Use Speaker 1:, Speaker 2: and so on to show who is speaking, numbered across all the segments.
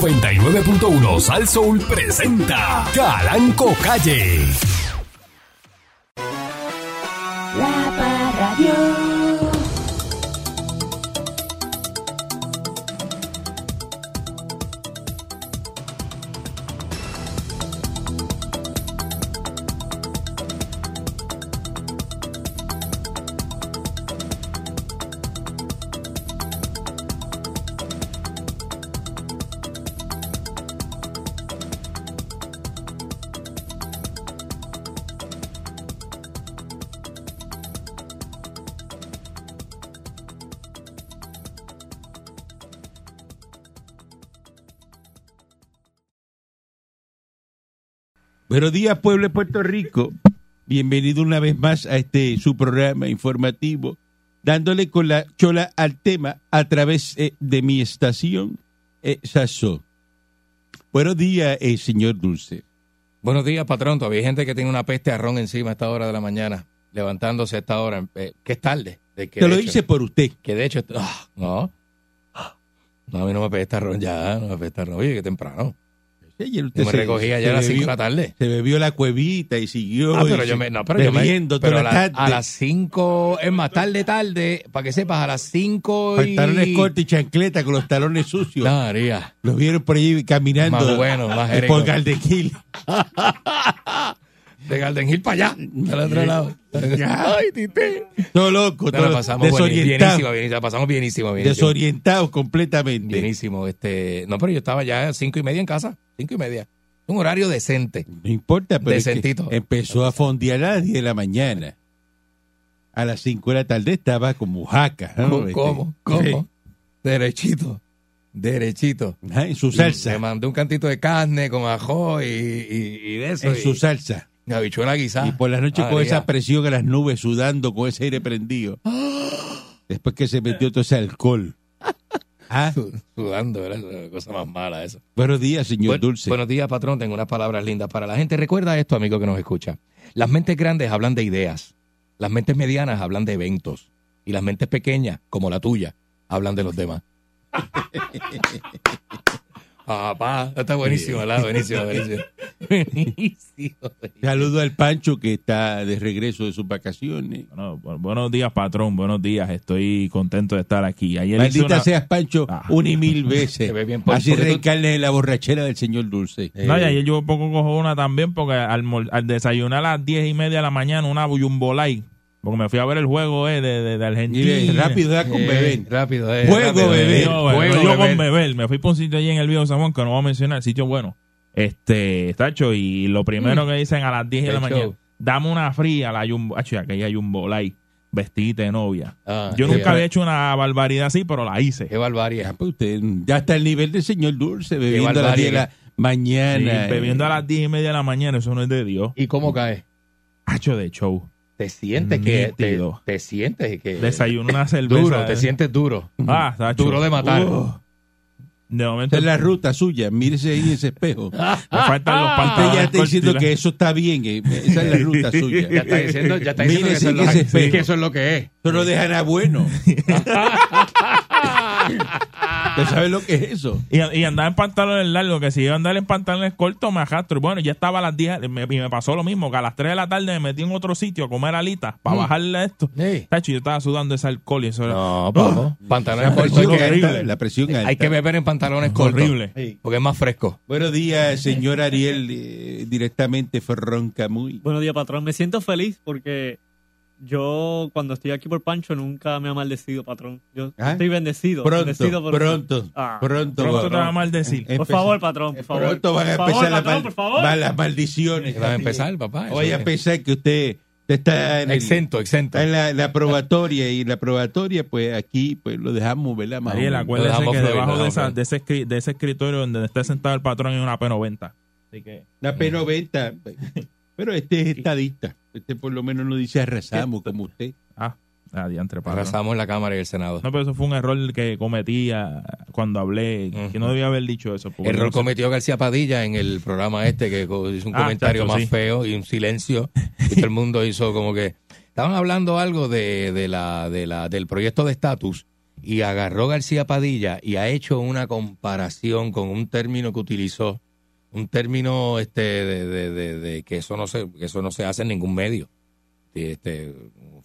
Speaker 1: 99.1 Sal Soul presenta Calanco Calle.
Speaker 2: La Parradio.
Speaker 3: Buenos días, pueblo de Puerto Rico. Bienvenido una vez más a este su programa informativo, dándole con la chola al tema a través eh, de mi estación, eh, Sazó. Buenos días, eh, señor Dulce.
Speaker 4: Buenos días, patrón. Todavía hay gente que tiene una peste a ron encima a esta hora de la mañana, levantándose a esta hora, eh, que es tarde. de que
Speaker 3: Te
Speaker 4: de
Speaker 3: lo
Speaker 4: hecho-
Speaker 3: hice por usted.
Speaker 4: Que de hecho, ah, no. No, a mí no me apesta ron ya, no me apesta ron. Oye, que temprano.
Speaker 3: Ayer usted
Speaker 4: Yo me
Speaker 3: se-
Speaker 4: recogía
Speaker 3: se
Speaker 4: ya a las 5 de
Speaker 3: bebió-
Speaker 4: la tarde.
Speaker 3: Se bebió la cuevita y siguió
Speaker 4: Ah, pero
Speaker 3: y
Speaker 4: yo
Speaker 3: se-
Speaker 4: me. No, pero yo me-
Speaker 3: bebiendo
Speaker 4: pero
Speaker 3: toda la
Speaker 4: a, la-
Speaker 3: tarde.
Speaker 4: a las 5, es más tarde, tarde, para que sepas, a las 5 y.
Speaker 3: Pantalones cortos y chancleta con los talones sucios.
Speaker 4: No, haría.
Speaker 3: Los vieron por ahí caminando.
Speaker 4: Más bueno, más
Speaker 3: eh,
Speaker 4: jericó.
Speaker 3: Por Galdequil.
Speaker 4: De Garden Hill para allá, al otro lado.
Speaker 3: Ya.
Speaker 4: Ay, tite.
Speaker 3: Todo loco,
Speaker 4: No, la
Speaker 3: todo
Speaker 4: pasamos buenísimo,
Speaker 3: desorientado.
Speaker 4: bienísimo, la pasamos bienísimo, bienísimo.
Speaker 3: desorientados completamente.
Speaker 4: Bienísimo, este, no, pero yo estaba ya a cinco y media en casa, cinco y media. Un horario decente.
Speaker 3: No importa, pero es que
Speaker 4: Decentito.
Speaker 3: empezó a fondear a las 10 de la mañana. A las 5 de la tarde estaba como jaca. ¿no?
Speaker 4: ¿Cómo?
Speaker 3: Este,
Speaker 4: ¿Cómo? ¿Cómo? Derechito, derechito.
Speaker 3: sí, ajá, en su
Speaker 4: Se
Speaker 3: salsa.
Speaker 4: mandó un cantito de carne con ajo y, y- y de eso.
Speaker 3: En
Speaker 4: y,
Speaker 3: su salsa.
Speaker 4: y habichuela guisada.
Speaker 3: Y por la noche con
Speaker 4: María.
Speaker 3: esa presión a las nubes, sudando con ese aire prendido. Después que se metió todo ese alcohol. Ah,
Speaker 4: Su- Sudando, era una cosa más mala eso.
Speaker 3: buenos días, señor
Speaker 4: Buen-
Speaker 3: Dulce.
Speaker 4: Buenos días, patrón. Tengo unas palabras lindas para la gente. Recuerda esto, amigo que nos escucha. Las mentes grandes hablan de ideas. Las mentes medianas hablan de eventos. Y las mentes pequeñas, como la tuya, hablan de los demás. Papá, está buenísimo, ¿verdad? Buenísimo, buenísimo. Buenísimo.
Speaker 3: Saludo al Pancho que está de regreso de sus vacaciones.
Speaker 5: Bueno, bu- buenos días, patrón. Buenos días. Estoy contento de estar aquí. Ayer hice
Speaker 3: Maldita
Speaker 5: una-
Speaker 3: seas, Pancho,
Speaker 5: Ah.
Speaker 3: una y mil veces.
Speaker 4: Te ves bien,
Speaker 3: Así
Speaker 4: porque tú- Eh,
Speaker 3: reencarnes en la borrachera del señor Dulce.
Speaker 5: No, y ayer yo un poco cojo una también porque al, mol- al desayunar a las diez y media de la mañana una bulumbolay. Porque me fui a ver el juego eh, de, de, de Argentina.
Speaker 3: Mire, rápido, da con
Speaker 4: Eh,
Speaker 3: bebé.
Speaker 4: Rápido, eh,
Speaker 3: Juego,
Speaker 4: rápido,
Speaker 3: bebé.
Speaker 4: eh.
Speaker 5: Yo, bueno,
Speaker 4: Juego,
Speaker 5: yo
Speaker 4: bebé.
Speaker 5: con beber. Me fui por un sitio allí en el viejo San Juan que no voy a mencionar, sitio bueno. Este, Tacho, y lo primero que dicen a las 10 de la
Speaker 4: Mm. Tacho.
Speaker 5: mañana, dame una fría, la Jumbo, Acho, y aquella Jumbo Light, vestida de novia.
Speaker 4: Ah,
Speaker 5: Yo
Speaker 4: qué
Speaker 5: nunca
Speaker 4: bar-
Speaker 5: había hecho una barbaridad así, pero la hice.
Speaker 4: Qué barbarie.
Speaker 3: Ah, pues usted ya está al nivel del señor Dulce, bebiendo a las
Speaker 4: barbarie,
Speaker 3: 10 de la
Speaker 5: Sí,
Speaker 3: mañana. eh.
Speaker 5: bebiendo a las 10 y media de la mañana, eso no es de Dios.
Speaker 4: ¿Y cómo cae?
Speaker 5: Hacho de show.
Speaker 4: Te sientes que. Te,
Speaker 5: Nítido.
Speaker 4: te sientes que.
Speaker 5: Desayuno una cerveza.
Speaker 4: Duro, te sientes duro.
Speaker 5: Ah, tacho.
Speaker 4: Duro de matar.
Speaker 5: Uh, de momento
Speaker 3: Esa es la ruta suya, mírese ahí en ese espejo.
Speaker 4: Ah,
Speaker 3: Usted
Speaker 5: me faltan los pantalones.
Speaker 3: ya está diciendo
Speaker 5: cortos y
Speaker 3: que eso está bien, eh, esa es la ruta suya.
Speaker 4: Ya está diciendo, ya está
Speaker 3: Mire,
Speaker 4: diciendo que,
Speaker 3: sí,
Speaker 4: eso es lo
Speaker 3: que se
Speaker 4: que-
Speaker 3: espejo.
Speaker 4: que eso es lo que es.
Speaker 3: Eso no deja nada bueno. ¿Usted sabe lo que es eso?
Speaker 5: la- Y, y andaba en pantalones largos, que si iba a andar en pantalones cortos me ajastro. Y Bueno, ya estaba a las 10 me- y me pasó lo mismo, que a las 3 de la tarde me metí en otro sitio a comer alitas para bajarle a esto.
Speaker 4: Sí.
Speaker 5: Tacho, yo estaba sudando ese alcohol y eso era
Speaker 4: Mm. No, papá. Oh, Pantalones
Speaker 3: La
Speaker 4: cortos.
Speaker 3: presión
Speaker 4: hay que-
Speaker 3: alta, la presión alta.
Speaker 4: Hay que beber en pantalones cortos.
Speaker 5: horrible.
Speaker 4: Porque es más fresco.
Speaker 3: Buenos días, señor Ariel, eh, directamente Ferroncamuy.
Speaker 6: Buenos días, patrón. Me siento feliz porque yo, cuando estoy aquí por Pancho, nunca me ha maldecido, patrón. Yo
Speaker 3: Ah.
Speaker 6: estoy bendecido. bendecido
Speaker 3: Pronto,
Speaker 6: por
Speaker 3: pronto,
Speaker 6: Ah.
Speaker 3: pronto,
Speaker 5: Pronto te va a
Speaker 3: va-
Speaker 5: maldecir.
Speaker 4: Eh,
Speaker 6: Por
Speaker 3: empezar-
Speaker 6: favor, patrón, por favor.
Speaker 3: Pronto van a
Speaker 6: Por favor,
Speaker 3: empezar las
Speaker 6: patrón,
Speaker 3: mal-
Speaker 6: por favor.
Speaker 3: van las maldiciones.
Speaker 4: Va a empezar, papá. eso
Speaker 3: Voy
Speaker 4: es.
Speaker 3: a pensar que usted está en, el-
Speaker 4: Exento, exento.
Speaker 3: está en la, la probatoria y la probatoria, pues aquí pues lo dejamos, ¿verdad? Más o
Speaker 5: Ariel,
Speaker 3: menos.
Speaker 4: eh, Lo
Speaker 5: acuérdese
Speaker 4: dejamos
Speaker 5: que
Speaker 4: fluir,
Speaker 5: debajo
Speaker 4: lo
Speaker 5: de,
Speaker 4: dejamos
Speaker 5: esa,
Speaker 4: fluir.
Speaker 5: de, ese, escri- de ese escritorio donde está sentado el patrón hay una P90. Así que...
Speaker 3: La P90. Pero este es estadista. Este por lo menos no dice arrasamos como usted.
Speaker 5: Ah, adiantre, patrón.
Speaker 4: Arrasamos la Cámara y el Senado.
Speaker 5: No, pero eso fue un error que cometía cuando hablé,
Speaker 4: Ujú.
Speaker 5: que no debía haber dicho eso. porque
Speaker 4: Error
Speaker 5: no sé-
Speaker 4: cometió García Padilla en el programa este que co- hizo un
Speaker 5: Ah,
Speaker 4: comentario
Speaker 5: chacho,
Speaker 4: más
Speaker 5: sí.
Speaker 4: feo y un silencio. Y todo el mundo hizo como que estaban hablando algo de, de la, de la, del proyecto de estatus y agarró García Padilla y ha hecho una comparación con un término que utilizó, un término este de, de- de- de que eso no se que eso no se hace en ningún medio, este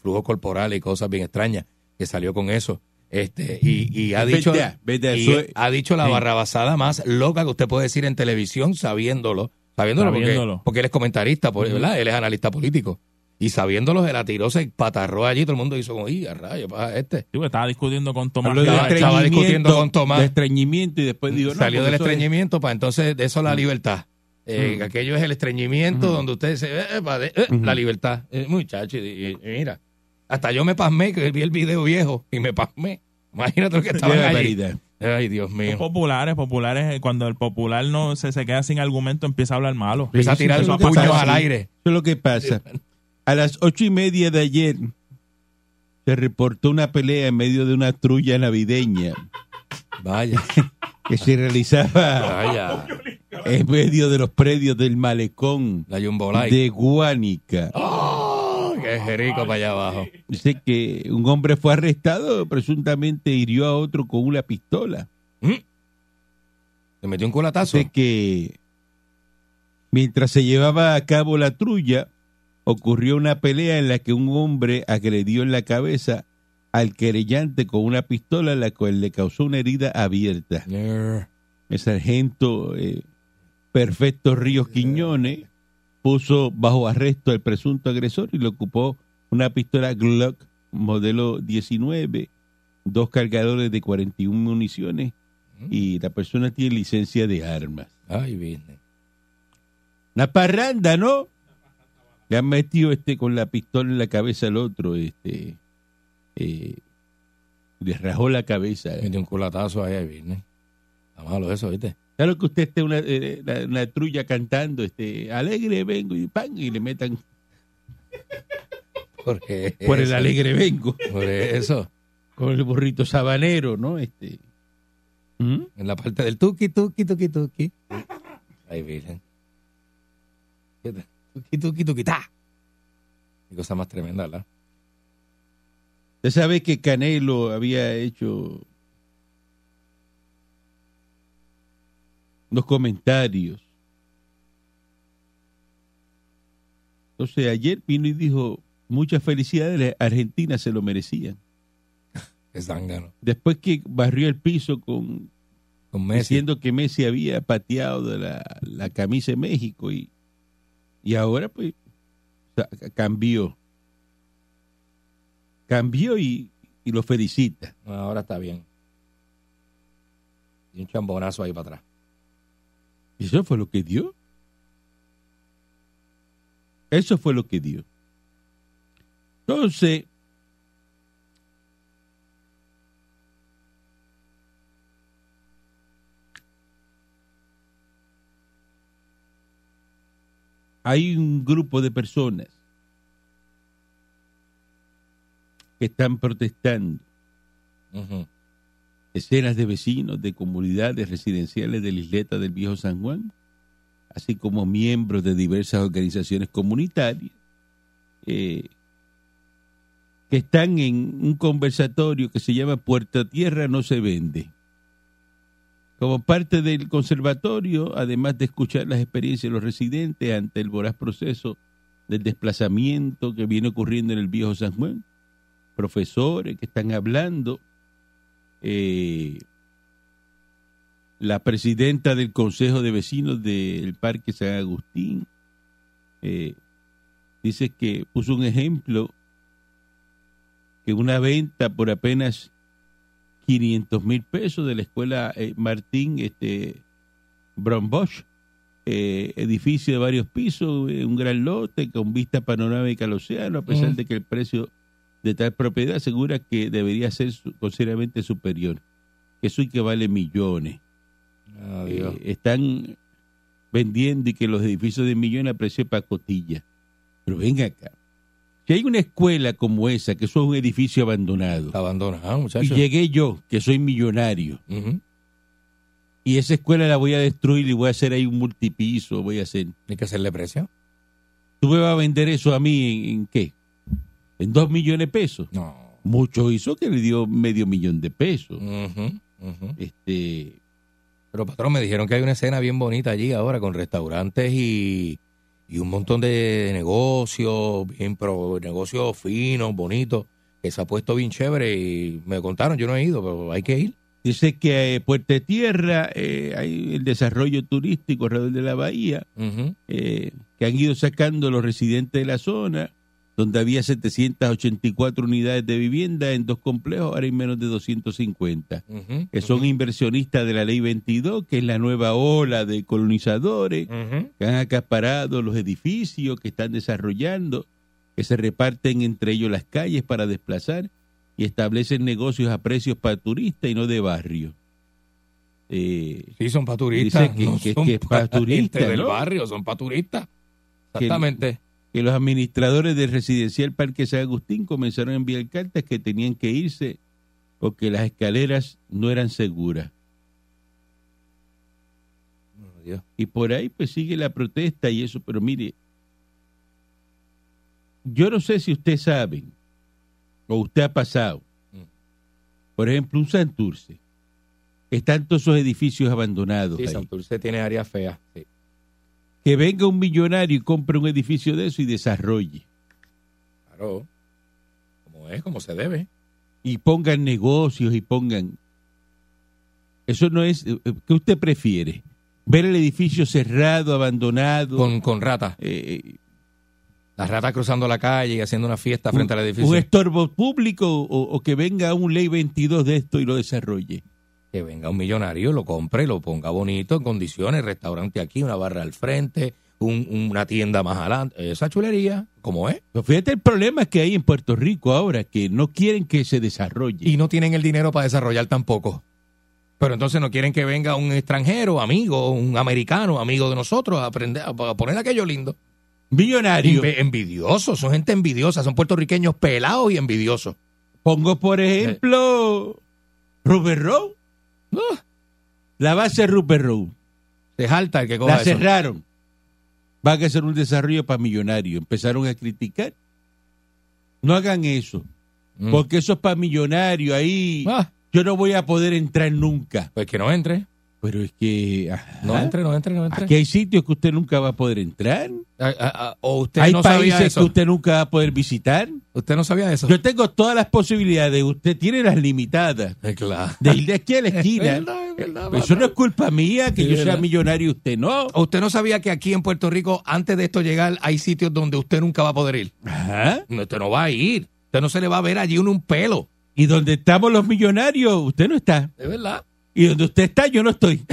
Speaker 4: flujo corporal y cosas bien extrañas que salió con eso, este y, y ha
Speaker 3: Es
Speaker 4: dicho
Speaker 3: verdad, verdad,
Speaker 4: y
Speaker 3: eso es-
Speaker 4: ha dicho la
Speaker 3: sí.
Speaker 4: barrabasada más loca que usted puede decir en televisión sabiéndolo, sabiéndolo, porque-
Speaker 5: Sabiéndolo.
Speaker 4: Porque, él es comentarista, por- ¿verdad? Él es analista político. Y sabiéndolo, se la tiró, se patarró allí, todo el mundo hizo como, ¡y a rayos, pa, este!
Speaker 5: Sí, porque estaba discutiendo con Tomás.
Speaker 3: Habló de
Speaker 4: Estaba-
Speaker 5: Gallo.
Speaker 4: estaba discutiendo con Tomás.
Speaker 3: de estreñimiento y después digo, no,
Speaker 4: Salió
Speaker 3: porque
Speaker 4: del
Speaker 3: eso es-
Speaker 4: estreñimiento, para entonces de eso la libertad. Eh, que Aquello es el estreñimiento donde usted "Eh, se ve, la libertad. Eh, muchacho, y- y- y mira, hasta yo me pasmé, que vi el video viejo y me pasmé. Imagínate lo que estaba
Speaker 3: Qué
Speaker 4: allí.
Speaker 3: barbaridad.
Speaker 4: Ay, Dios mío.
Speaker 5: Populares, populares, eh, cuando el popular no se, se queda sin argumento, empieza a hablar malo.
Speaker 4: Empieza a
Speaker 3: eso
Speaker 4: tirar
Speaker 3: es lo
Speaker 4: los
Speaker 3: que
Speaker 4: puños
Speaker 3: pasa.
Speaker 4: al aire.
Speaker 3: Eso es lo que pasa. A las ocho y media de ayer se reportó una pelea en medio de una trulla navideña
Speaker 4: Vaya,
Speaker 3: que se realizaba
Speaker 4: vaya.
Speaker 3: en medio de los predios del malecón
Speaker 4: La Jumbo Light.
Speaker 3: de Guánica.
Speaker 4: ¡Oh! ¡Qué rico para allá abajo!
Speaker 3: Dice que un hombre fue arrestado, presuntamente hirió a otro con una pistola.
Speaker 4: Se metió un culatazo.
Speaker 3: Dice que mientras se llevaba a cabo la trulla, ocurrió una pelea en la que un hombre agredió en la cabeza al querellante con una pistola, la cual le causó una herida abierta.
Speaker 4: Yeah.
Speaker 3: El sargento eh, Perfecto Ríos Quiñones puso bajo arresto al presunto agresor y le ocupó una pistola Glock modelo 19, dos cargadores de 41 municiones y la persona tiene licencia de armas.
Speaker 4: Ay, business.
Speaker 3: La parranda, ¿no? Le han metido este con la pistola en la cabeza al otro, este eh, le rajó la cabeza.
Speaker 4: Se metió un culatazo ahí, ay, business. Está malo eso, ¿viste?
Speaker 3: Claro que usted esté una, eh, la- una trulla cantando, este, alegre vengo y pan, y le metan
Speaker 4: Porque
Speaker 3: por el alegre vengo,
Speaker 4: Por eso.
Speaker 3: con el burrito sabanero, ¿no? Este. ¿Mm?
Speaker 4: En la parte del tuki, tuki, tuki, tuki. Ay, virgen. ¿Qué tal? Tuki, tuki, tuki, ta. Qué cosa más tremenda, ¿verdad?
Speaker 3: Usted sabe que Canelo había hecho unos comentarios. Entonces ayer vino y dijo, muchas felicidades, Argentina se lo merecían.
Speaker 4: Que zángano.
Speaker 3: Después que barrió el piso con,
Speaker 4: Con Messi.
Speaker 3: diciendo que Messi había pateado de la, la camisa de México y, y ahora pues sa- cambió. Cambió y, y lo felicita.
Speaker 4: No, Ahora está bien. Y un chambonazo ahí para atrás.
Speaker 3: Y eso fue lo que dio. Eso fue lo que dio. Entonces, hay un grupo de personas que están protestando
Speaker 4: Ujú.
Speaker 3: decenas de vecinos de comunidades residenciales de la isleta del Viejo San Juan, así como miembros de diversas organizaciones comunitarias, eh, que están en un conversatorio que se llama Puerta Tierra no se vende. Como parte del conservatorio, además de escuchar las experiencias de los residentes ante el voraz proceso del desplazamiento que viene ocurriendo en el Viejo San Juan, profesores que están hablando, eh, la presidenta del Consejo de Vecinos del Parque San Agustín, eh, dice que puso un ejemplo que una venta por apenas 500 mil pesos de la escuela eh, Martín este, Brombosch, eh, edificio de varios pisos, eh, un gran lote con vista panorámica al océano, a pesar
Speaker 4: Mm.
Speaker 3: de que el precio de tal propiedad asegura que debería ser su- considerablemente superior, que eso y que vale millones.
Speaker 4: Adiós.
Speaker 3: Eh, están vendiendo y que los edificios de millones a precio de pacotilla. Pero ven acá. Si hay una escuela como esa, que eso es un edificio abandonado,
Speaker 4: Ah, Está abandonado,
Speaker 3: y
Speaker 4: muchachos.
Speaker 3: llegué yo, que soy millonario,
Speaker 4: Ujú.
Speaker 3: y esa escuela la voy a destruir y voy a hacer ahí un multipiso, voy a hacer...
Speaker 4: Hay que hacerle precio.
Speaker 3: ¿Tú me vas a vender eso a mí en, en qué? ¿En dos millones de pesos?
Speaker 4: No.
Speaker 3: mucho hizo que le dio medio millón de pesos.
Speaker 4: Ujú, ujú.
Speaker 3: Este,
Speaker 4: Pero, patrón, me dijeron que hay una escena bien bonita allí ahora con restaurantes y, y un montón de negocios, bien pro- negocios finos, bonitos, que se ha puesto bien chévere y me contaron, yo no he ido, pero hay que ir.
Speaker 3: dice que eh, Puerta de Tierra, eh, hay el desarrollo turístico alrededor de la bahía,
Speaker 4: Ujú.
Speaker 3: eh, que han ido sacando los residentes de la zona, donde había 784 unidades de vivienda en dos complejos, ahora hay menos de 250,
Speaker 4: Ujú,
Speaker 3: que son inversionistas de la Ley 22, que es la nueva ola de colonizadores,
Speaker 4: ujú.
Speaker 3: que han acaparado los edificios que están desarrollando, que se reparten entre ellos las calles para desplazar y establecen negocios a precios para turistas y no de barrio. Eh,
Speaker 4: Sí, son para turistas.
Speaker 3: Dice que-
Speaker 4: no
Speaker 3: que-
Speaker 4: son
Speaker 3: que es pa'
Speaker 4: pa' gente
Speaker 3: turistas,
Speaker 4: del
Speaker 3: ¿no?
Speaker 4: barrio, son para turistas.
Speaker 3: Que-
Speaker 4: Exactamente.
Speaker 3: que los administradores del residencial Parque San Agustín comenzaron a enviar cartas que tenían que irse porque las escaleras no eran seguras.
Speaker 4: Oh, Dios.
Speaker 3: Y por ahí pues sigue la protesta y eso, pero mire, yo no sé si usted sabe o usted ha pasado,
Speaker 4: Mm.
Speaker 3: por ejemplo, un Santurce, están todos esos edificios abandonados
Speaker 4: Sí,
Speaker 3: ahí.
Speaker 4: Santurce tiene áreas feas. sí.
Speaker 3: Que venga un millonario y compre un edificio de eso y desarrolle.
Speaker 4: Claro. Como es, como se debe.
Speaker 3: y pongan negocios y pongan... Eso no es... eh, ¿Qué usted prefiere? ¿Ver el edificio cerrado, abandonado?
Speaker 4: Con, con ratas.
Speaker 3: eh,
Speaker 4: Las ratas cruzando la calle y haciendo una fiesta frente
Speaker 3: un,
Speaker 4: al edificio.
Speaker 3: un estorbo público o, o que venga un ley 22 de esto y lo desarrolle.
Speaker 4: Que venga un millonario, lo compre, lo ponga bonito, en condiciones, restaurante aquí, una barra al frente, un- una tienda más adelante. Esa chulería, como es.
Speaker 3: Pero fíjate el problema que hay en Puerto Rico ahora, que no quieren que se desarrolle.
Speaker 4: Y no tienen el dinero para desarrollar tampoco. Pero entonces no quieren que venga un extranjero, amigo, un americano, amigo de nosotros, a, aprender, a a poner aquello lindo.
Speaker 3: Millonario.
Speaker 4: Enve- envidiosos, son gente envidiosa, son puertorriqueños pelados y envidiosos.
Speaker 3: Pongo, por ejemplo, Rupert Road.
Speaker 4: Ah,
Speaker 3: La base Rupert Road.
Speaker 4: Se jalta el que coja
Speaker 3: La
Speaker 4: eso.
Speaker 3: cerraron. Van a ser un desarrollo para millonarios. Empezaron a criticar. No hagan eso,
Speaker 4: Mm.
Speaker 3: porque eso es para millonarios. Ahí
Speaker 4: Ah,
Speaker 3: yo no voy a poder entrar nunca.
Speaker 4: pues que no entre.
Speaker 3: Pero es que ajá,
Speaker 4: No entre, no entre, no entre.
Speaker 3: aquí hay sitios que usted nunca va a poder entrar.
Speaker 4: Ah, ah, ah, o usted
Speaker 3: hay
Speaker 4: no sabía
Speaker 3: países
Speaker 4: eso.
Speaker 3: que usted nunca va a poder visitar.
Speaker 4: Usted no sabía eso.
Speaker 3: Yo tengo todas las posibilidades. Usted tiene las limitadas.
Speaker 4: Eh, claro. Eh,
Speaker 3: De ir de aquí a la esquina.
Speaker 4: Es verdad, es verdad,
Speaker 3: Eso no
Speaker 4: patrón.
Speaker 3: es culpa mía que
Speaker 4: Es
Speaker 3: yo sea
Speaker 4: verdad.
Speaker 3: millonario y usted no.
Speaker 4: ¿O Usted no sabía que aquí en Puerto Rico, antes de esto llegar, hay sitios donde usted nunca va a poder ir.
Speaker 3: Ajá.
Speaker 4: No, usted no va a ir. Usted no se le va a ver allí un, un pelo.
Speaker 3: Y donde estamos los millonarios, usted no está.
Speaker 4: Es verdad.
Speaker 3: Y donde usted está, yo no estoy.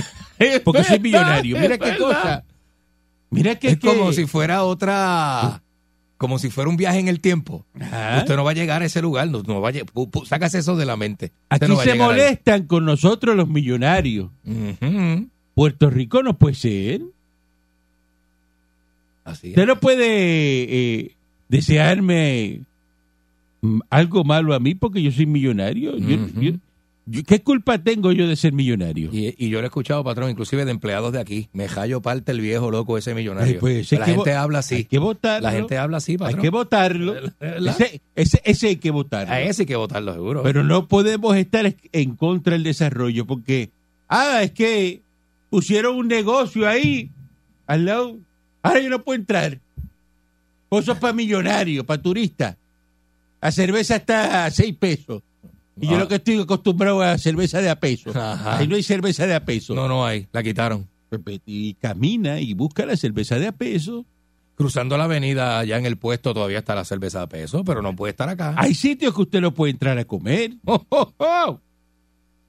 Speaker 3: Porque soy millonario. Mira qué cosa. Mira qué
Speaker 4: es como
Speaker 3: que-
Speaker 4: si fuera otra. Como si fuera un viaje en el tiempo.
Speaker 3: Ajá.
Speaker 4: Usted no va a llegar a ese lugar. No, no va a lle- pu- pu- Sácase eso de la mente. Usted
Speaker 3: Aquí
Speaker 4: no va a
Speaker 3: se
Speaker 4: llegar ahí.
Speaker 3: molestan con nosotros los millonarios.
Speaker 4: Ujú.
Speaker 3: Puerto Rico no puede ser.
Speaker 4: Así es.
Speaker 3: Usted no puede eh, desearme mm, algo malo a mí porque yo soy millonario. Yo-
Speaker 4: Ujú.
Speaker 3: yo- yo- ¿Qué culpa tengo yo de ser millonario?
Speaker 4: Y, y yo lo he escuchado, patrón, inclusive de empleados de aquí. Me hallo parte el viejo loco ese millonario.
Speaker 3: Ay, pues, hay
Speaker 4: la
Speaker 3: que
Speaker 4: gente
Speaker 3: vo-
Speaker 4: habla
Speaker 3: Hay
Speaker 4: así.
Speaker 3: que votarlo.
Speaker 4: La gente habla así,
Speaker 3: hay
Speaker 4: patrón.
Speaker 3: que votarlo.
Speaker 4: ¿Verdad?
Speaker 3: Ese, ese, ese hay que votarlo.
Speaker 4: A ese hay que votarlo seguro.
Speaker 3: Pero no podemos estar es- en contra del desarrollo porque, ah, es que pusieron un negocio ahí, al lado. Ahora yo no puedo entrar. Cosas para millonarios, para turistas. La cerveza está a seis pesos. Y yo
Speaker 4: Ah.
Speaker 3: lo que estoy acostumbrado a cerveza de a peso.
Speaker 4: Ajá.
Speaker 3: Ahí no hay cerveza de a peso.
Speaker 4: no, no hay. La quitaron.
Speaker 3: Y camina y busca la cerveza de a peso.
Speaker 4: Cruzando la avenida, allá en el puesto, todavía está la cerveza a peso, pero no puede estar acá.
Speaker 3: Hay sitios que usted no puede entrar a comer.
Speaker 4: Oh, oh, oh.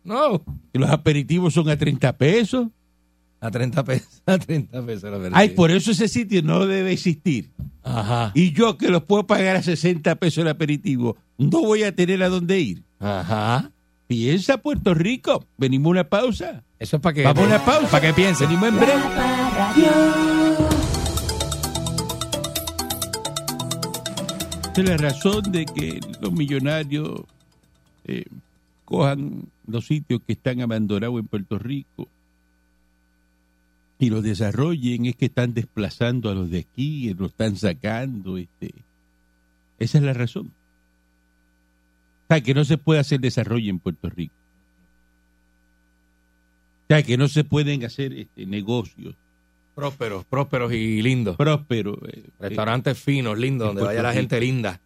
Speaker 4: No.
Speaker 3: que Los aperitivos son a 30 pesos.
Speaker 4: A 30 pesos. A 30 pesos la verdad.
Speaker 3: Ay, por eso ese sitio no debe existir.
Speaker 4: Ajá.
Speaker 3: Y yo que los puedo pagar a 60 pesos el aperitivo, no voy a tener a dónde ir.
Speaker 4: Ajá.
Speaker 3: Piensa Puerto Rico. Venimos a una pausa.
Speaker 4: Eso es para que.
Speaker 3: Vamos a una pausa.
Speaker 4: Para que piensen.
Speaker 3: Venimos en breve. Esa es la razón de que los millonarios eh, cojan los sitios que están abandonados en Puerto Rico y los desarrollen es que están desplazando a los de aquí, los están sacando. Este. Esa es la razón. sea, que no se puede hacer desarrollo en Puerto Rico. O sea, que no se pueden hacer este, negocios
Speaker 4: Prósperos, prósperos y lindos.
Speaker 3: prósperos. eh, eh,
Speaker 4: Restaurantes finos, lindos,
Speaker 3: en
Speaker 4: donde
Speaker 3: Puerto
Speaker 4: vaya la
Speaker 3: Rico.
Speaker 4: gente linda.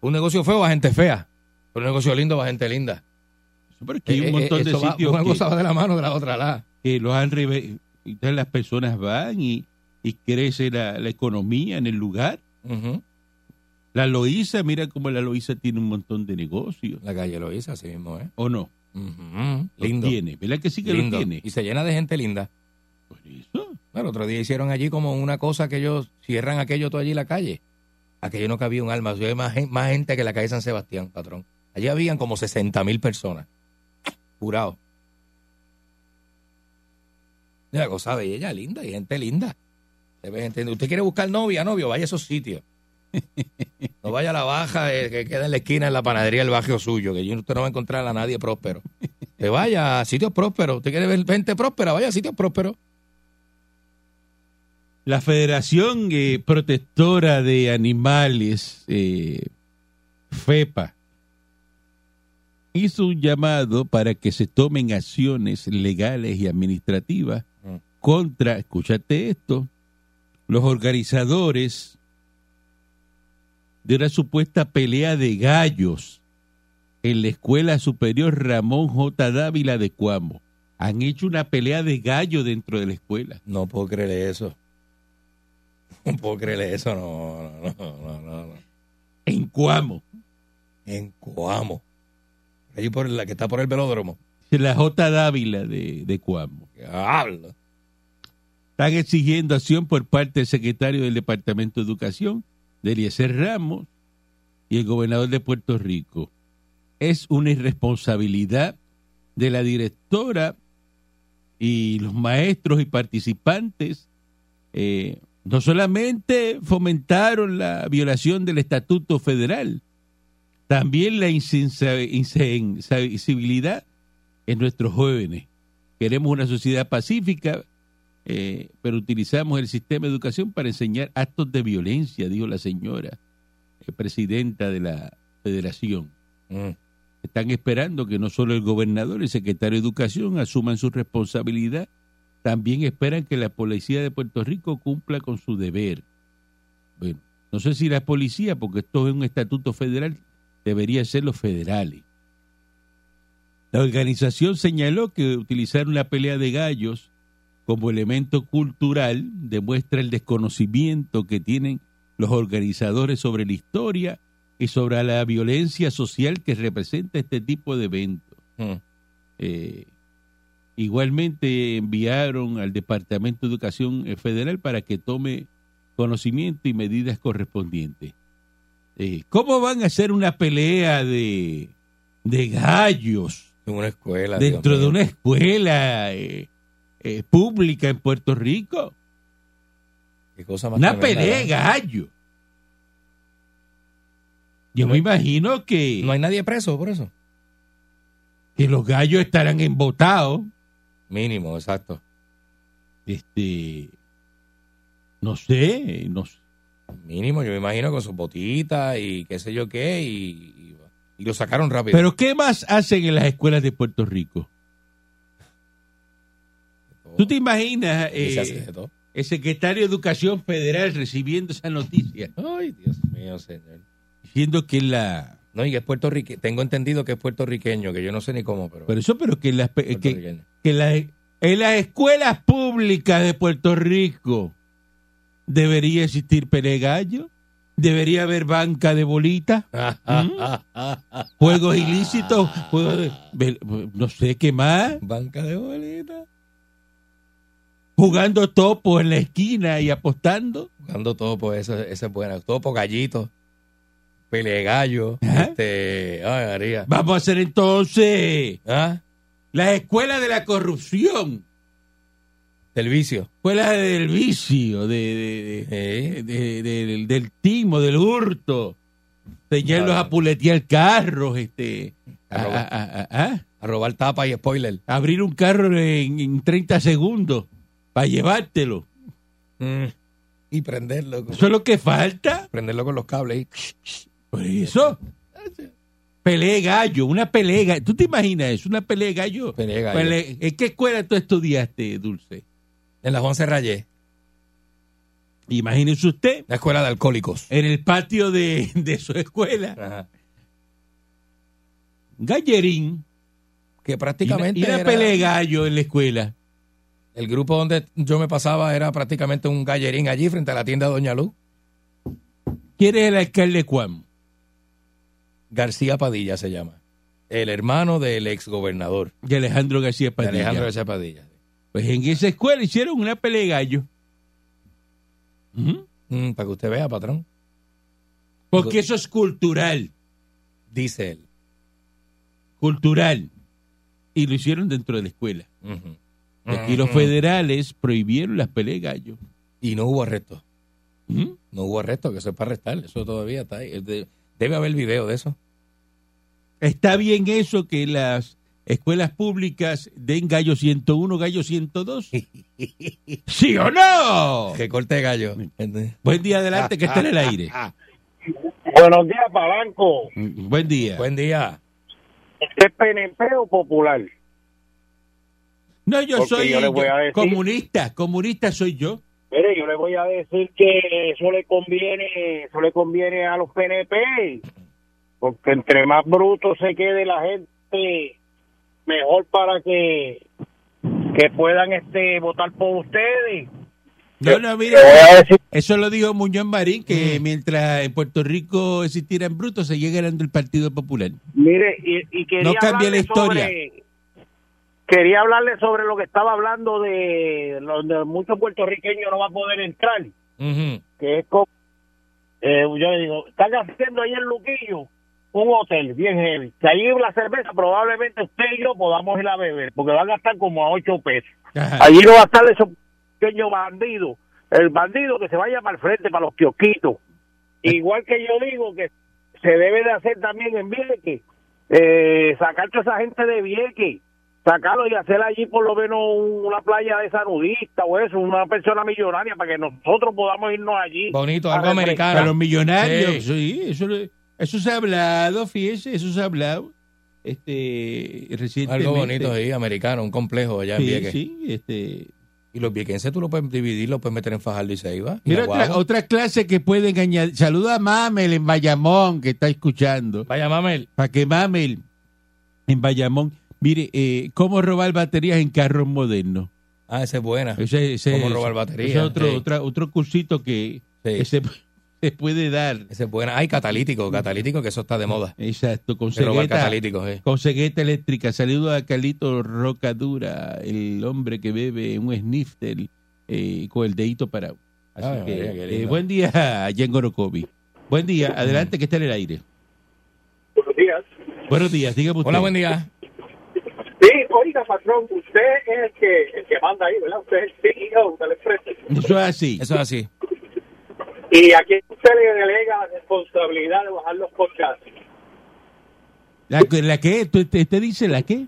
Speaker 4: Un negocio feo va gente fea. Un negocio lindo va gente linda.
Speaker 3: pero es que hay
Speaker 4: Eh,
Speaker 3: un
Speaker 4: eh,
Speaker 3: montón de
Speaker 4: eso va-
Speaker 3: sitios
Speaker 4: Una
Speaker 3: que,
Speaker 4: cosa va de la mano de la otra. La.
Speaker 3: que los han reve- Entonces las personas van y, y crece la, la economía en el lugar.
Speaker 4: Ujú.
Speaker 3: La Loíza, mira cómo la Loíza tiene un montón de negocios.
Speaker 4: La calle lo hizo así mismo, ¿eh?
Speaker 3: ¿O no?
Speaker 4: Ujú.
Speaker 3: Los
Speaker 4: Lindo.
Speaker 3: tiene. ¿Verdad que sí que
Speaker 4: lindo.
Speaker 3: lo tiene?
Speaker 4: Y se llena de gente linda.
Speaker 3: Por eso.
Speaker 4: Bueno, el otro día hicieron allí como una cosa que ellos cierran aquello todo allí la calle. Aquello no cabía un alma. Había más, gen- más gente que la calle San Sebastián, patrón. Allí habían como 60 mil personas. Jurado. Una cosa bella, linda, y gente linda. Usted ve gente- Usted quiere buscar novia, novio, vaya a esos sitios. No vaya a la baja eh, que queda en la esquina, en la panadería del barrio suyo, que allí usted no va a encontrar a nadie próspero. Te vaya a sitios prósperos. Usted quiere ver gente próspera, vaya a sitios prósperos.
Speaker 3: La Federación eh, Protectora de Animales, eh, FEPA, hizo un llamado para que se tomen acciones legales y administrativas
Speaker 4: Mm.
Speaker 3: contra, escúchate esto, los organizadores de una supuesta pelea de gallos en la Escuela Superior Ramón J. Dávila de Cuamo. Han hecho una pelea de gallo dentro de la escuela.
Speaker 4: No puedo creerle eso. No puedo creerle eso, no, no, no, no, no.
Speaker 3: En Cuamo.
Speaker 4: En Coamo. Allí por la que está por el velódromo.
Speaker 3: la J. Dávila de, de Cuamo.
Speaker 4: Hablo.
Speaker 3: Están exigiendo acción por parte del secretario del Departamento de Educación, de Eliezer Ramos, y el gobernador de Puerto Rico. Es una irresponsabilidad de la directora y los maestros y participantes. eh, no solamente fomentaron la violación del Estatuto Federal, también la insensa- insensibilidad en nuestros jóvenes. Queremos una sociedad pacífica, eh, pero utilizamos el sistema de educación para enseñar actos de violencia, dijo la señora eh, presidenta de la federación.
Speaker 4: Mm.
Speaker 3: Están esperando que no solo el gobernador y el secretario de educación asuman su responsabilidad, también esperan que la policía de Puerto Rico cumpla con su deber. Bueno, no sé si la policía, porque esto es un estatuto federal, debería ser los federales. La organización señaló que utilizar una pelea de gallos como elemento cultural demuestra el desconocimiento que tienen los organizadores sobre la historia y sobre la violencia social que representa este tipo de eventos.
Speaker 4: Mm.
Speaker 3: Eh, igualmente enviaron al Departamento de Educación eh, Federal para que tome conocimiento y medidas correspondientes. Eh, ¿Cómo van a hacer una pelea de, de gallos
Speaker 4: En una escuela.
Speaker 3: dentro
Speaker 4: Ah, Dios
Speaker 3: de
Speaker 4: mío.
Speaker 3: una escuela eh, eh, pública en Puerto Rico?
Speaker 4: Qué cosa más
Speaker 3: Una
Speaker 4: tremenda,
Speaker 3: pelea de
Speaker 4: ¿verdad?
Speaker 3: gallos. Yo me imagino que...
Speaker 4: No hay nadie preso por eso.
Speaker 3: que los gallos estarán embotados.
Speaker 4: Mínimo, exacto.
Speaker 3: Este, no sé, no sé.
Speaker 4: Mínimo, yo me imagino con sus botitas y qué sé yo qué. Y, y- y lo sacaron rápido.
Speaker 3: Pero ¿qué más hacen en las escuelas de Puerto Rico? ¿Tú te imaginas
Speaker 4: Y
Speaker 3: eh,
Speaker 4: se Oh, hace de todo.
Speaker 3: el secretario de Educación Federal recibiendo esa noticia?
Speaker 4: Ay, Dios mío, señor.
Speaker 3: Diciendo que la...
Speaker 4: No, y que es puertorriqueño. Tengo entendido que es puertorriqueño, que yo no sé ni cómo, pero.
Speaker 3: Pero eso, pero que, las, pe- que,
Speaker 4: puertorriqueño.
Speaker 3: que la- en las escuelas públicas de Puerto Rico debería existir pelegallo, debería haber banca de bolitas,
Speaker 4: Mm.
Speaker 3: juegos ilícitos, juegos de- ve- no sé qué más.
Speaker 4: Banca de bolitas.
Speaker 3: jugando topo en la esquina y apostando.
Speaker 4: Jugando topo, esa, esa es buena. Topo, gallito, pelegallo.
Speaker 3: Ajá.
Speaker 4: Este, ay, María.
Speaker 3: Vamos a hacer entonces
Speaker 4: ¿Ah?
Speaker 3: la escuela de la corrupción,
Speaker 4: Del vicio.
Speaker 3: escuela del vicio, de, de- de- de-
Speaker 4: Sí.
Speaker 3: del- del timo, del hurto, de llevarlos
Speaker 4: Claro.
Speaker 3: a puletear carros, este,
Speaker 4: A
Speaker 3: a-
Speaker 4: robar.
Speaker 3: a- a- a-
Speaker 4: A robar tapa y spoiler.
Speaker 3: a abrir un carro en, en 30 segundos para llevártelo. Mm.
Speaker 4: Y prenderlo. con-
Speaker 3: Eso es lo que falta.
Speaker 4: prenderlo con los cables. y-
Speaker 3: Por eso, Pelea de gallo, una pelea de gallo. ¿Tú te imaginas eso? Una pelea de gallo.
Speaker 4: Pelea de gallo.
Speaker 3: Pelea- ¿En qué escuela tú estudiaste, Dulce?
Speaker 4: En la Juan Rayé,
Speaker 3: Imagínese usted
Speaker 4: la escuela de alcohólicos.
Speaker 3: en el patio de, de su escuela,
Speaker 4: Ajá.
Speaker 3: gallerín,
Speaker 4: Que
Speaker 3: y una,
Speaker 4: prácticamente
Speaker 3: y una
Speaker 4: era-
Speaker 3: pelea de gallo en la escuela.
Speaker 4: el grupo donde yo me pasaba era prácticamente un gallerín allí frente a la tienda de Doña Luz.
Speaker 3: ¿Quién es el alcalde de Cuamo?
Speaker 4: García Padilla se llama. El hermano del exgobernador,
Speaker 3: De Alejandro García
Speaker 4: de
Speaker 3: Padilla.
Speaker 4: Alejandro García Padilla.
Speaker 3: Pues en esa escuela hicieron una pelea de gallo. Ujú.
Speaker 4: Mm, para que usted vea, patrón,
Speaker 3: Porque eso es cultural,
Speaker 4: dice él.
Speaker 3: cultural. Y lo hicieron dentro de la escuela.
Speaker 4: Ujú.
Speaker 3: Y aquí los federales prohibieron las peleas de gallo.
Speaker 4: Y no hubo arresto.
Speaker 3: Ujú.
Speaker 4: No hubo arresto, que eso es para arrestar. Eso todavía está ahí. Es de- Debe haber video de eso.
Speaker 3: Está bien eso que las escuelas públicas den gallo 101, gallo 102. ¿Sí o no?
Speaker 4: Que corte de gallo. ¿Entiendes?
Speaker 3: Buen día adelante, que está en el aire.
Speaker 7: Buenos días, Palanco.
Speaker 3: Mm, Buen día.
Speaker 7: Pues,
Speaker 4: Buen día.
Speaker 7: ¿Usted es PNP o popular?
Speaker 3: No, yo
Speaker 7: Porque
Speaker 3: soy
Speaker 7: yo le voy a decir-
Speaker 3: comunista, comunista soy yo.
Speaker 7: Mire, yo le voy a decir que eso le conviene, eso le conviene a los PNP, porque entre más bruto se quede la gente, mejor para que, que puedan este votar por ustedes.
Speaker 3: No, no, mira,
Speaker 7: Le voy a decir Mm.
Speaker 3: eso lo dijo Muñoz Marín, que mientras en Puerto Rico existieran brutos, se llega ganando el Partido Popular.
Speaker 7: Mire, y, y quería
Speaker 3: No cambie la
Speaker 7: hablarle
Speaker 3: historia.
Speaker 7: sobre- quería hablarle sobre lo que estaba hablando de donde muchos puertorriqueños no va a poder entrar,
Speaker 4: Ujú.
Speaker 7: que es como, eh, yo le digo, están haciendo ahí en Luquillo un hotel bien heavy, que ahí la cerveza probablemente usted y yo podamos ir a beber, porque va a gastar como a ocho pesos.
Speaker 3: Ajá.
Speaker 7: Allí no va a estar esos pequeños bandidos, el bandido que se vaya para el frente, para los kiosquitos. Igual que yo digo que se debe de hacer también en Vieques, eh, sacar toda esa gente de Vieques, sacarlo y hacer allí por lo menos un- una playa de esa nudista o eso, una persona millonaria para que nosotros podamos irnos allí.
Speaker 4: Bonito,
Speaker 7: A
Speaker 4: algo
Speaker 7: ver,
Speaker 3: Para los
Speaker 4: americano.
Speaker 3: millonarios,
Speaker 4: Sí.
Speaker 3: sí, eso, lo- eso se ha hablado, fíjese, eso se ha hablado este, recientemente.
Speaker 4: Algo bonito ahí, americano, un complejo allá en
Speaker 3: Sí,
Speaker 4: Vieques.
Speaker 3: sí, este,
Speaker 4: Y los viequenses tú lo puedes dividir, lo puedes meter en Fajardo y se iba.
Speaker 3: Mira, otra, otra clase que pueden añadir. Saluda a Mamel en Bayamón, que está escuchando.
Speaker 4: Vaya, Mamel.
Speaker 3: Para que Mamel en Bayamón. Mire, eh, cómo robar baterías en carros modernos.
Speaker 4: Ah, esa es buena.
Speaker 3: Ese, ese-
Speaker 4: Cómo robar baterías,
Speaker 3: ese es otro,
Speaker 4: sí.
Speaker 3: otra- otro cursito que,
Speaker 4: Sí.
Speaker 3: que se, se puede dar.
Speaker 4: Esa es buena. Hay catalítico, catalítico, que eso está de moda.
Speaker 3: Exacto, con
Speaker 4: Se robar
Speaker 3: cegueta,
Speaker 4: catalíticos, eh.
Speaker 3: con cegueta eléctrica. Saludo a Calito Rocadura, el hombre que bebe un snifter eh, con el dedito parado. Así
Speaker 4: Ay,
Speaker 3: que,
Speaker 4: María, qué
Speaker 3: eh,
Speaker 4: lindo.
Speaker 3: buen día, Jen Gorokovi. Buen día, adelante que está en el aire.
Speaker 7: Buenos días.
Speaker 3: Buenos días, dígame usted.
Speaker 4: Hola, buen día.
Speaker 7: Sí, oiga, patrón, usted es el que, el que manda ahí, ¿verdad? Usted es el E CEO del expreso.
Speaker 3: Eso es así.
Speaker 4: Eso es así.
Speaker 7: ¿Y a quién usted le delega la responsabilidad de bajar los podcasts?
Speaker 3: ¿La, la qué? ¿Tú- ¿Usted usted dice la qué?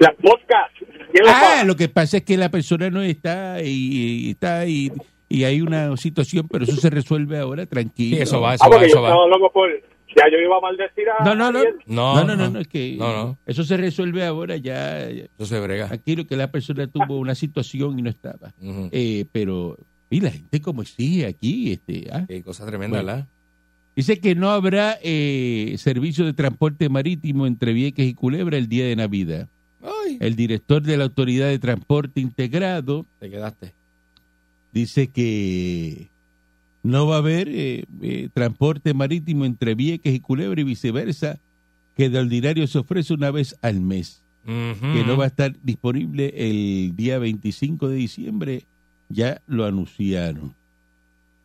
Speaker 7: Las podcasts. ¿Quién las
Speaker 3: Ah,
Speaker 7: paga?
Speaker 3: lo que pasa es que la persona no está y, y está y, y hay una situación, pero eso se resuelve ahora, tranquilo.
Speaker 4: Sí, eso va, eso
Speaker 7: Ah,
Speaker 4: va,
Speaker 7: porque yo
Speaker 4: eso va.
Speaker 7: estaba loco por... Ya yo iba a maldecir a...
Speaker 3: No, no, no.
Speaker 7: alguien.
Speaker 4: No,
Speaker 3: No, no, no,
Speaker 4: no.
Speaker 3: no, es que
Speaker 4: No, no.
Speaker 3: eso se resuelve ahora ya. ya.
Speaker 4: Eso se brega.
Speaker 3: Aquí lo que la persona tuvo una situación y no estaba.
Speaker 4: Ujú.
Speaker 3: Eh, pero, y la gente como sigue aquí, este, ah.
Speaker 4: Qué cosa tremenda,
Speaker 3: Bueno.
Speaker 4: ¿verdad?
Speaker 3: Dice que no habrá eh, servicio de transporte marítimo entre Vieques y Culebra el día de Navidad.
Speaker 4: Ay,
Speaker 3: El director de la Autoridad de Transporte Integrado
Speaker 4: te quedaste.
Speaker 3: dice que no va a haber eh, eh, transporte marítimo entre Vieques y Culebra y viceversa, que de ordinario se ofrece una vez al mes, que no va a estar disponible el día 25 de diciembre, ya lo anunciaron.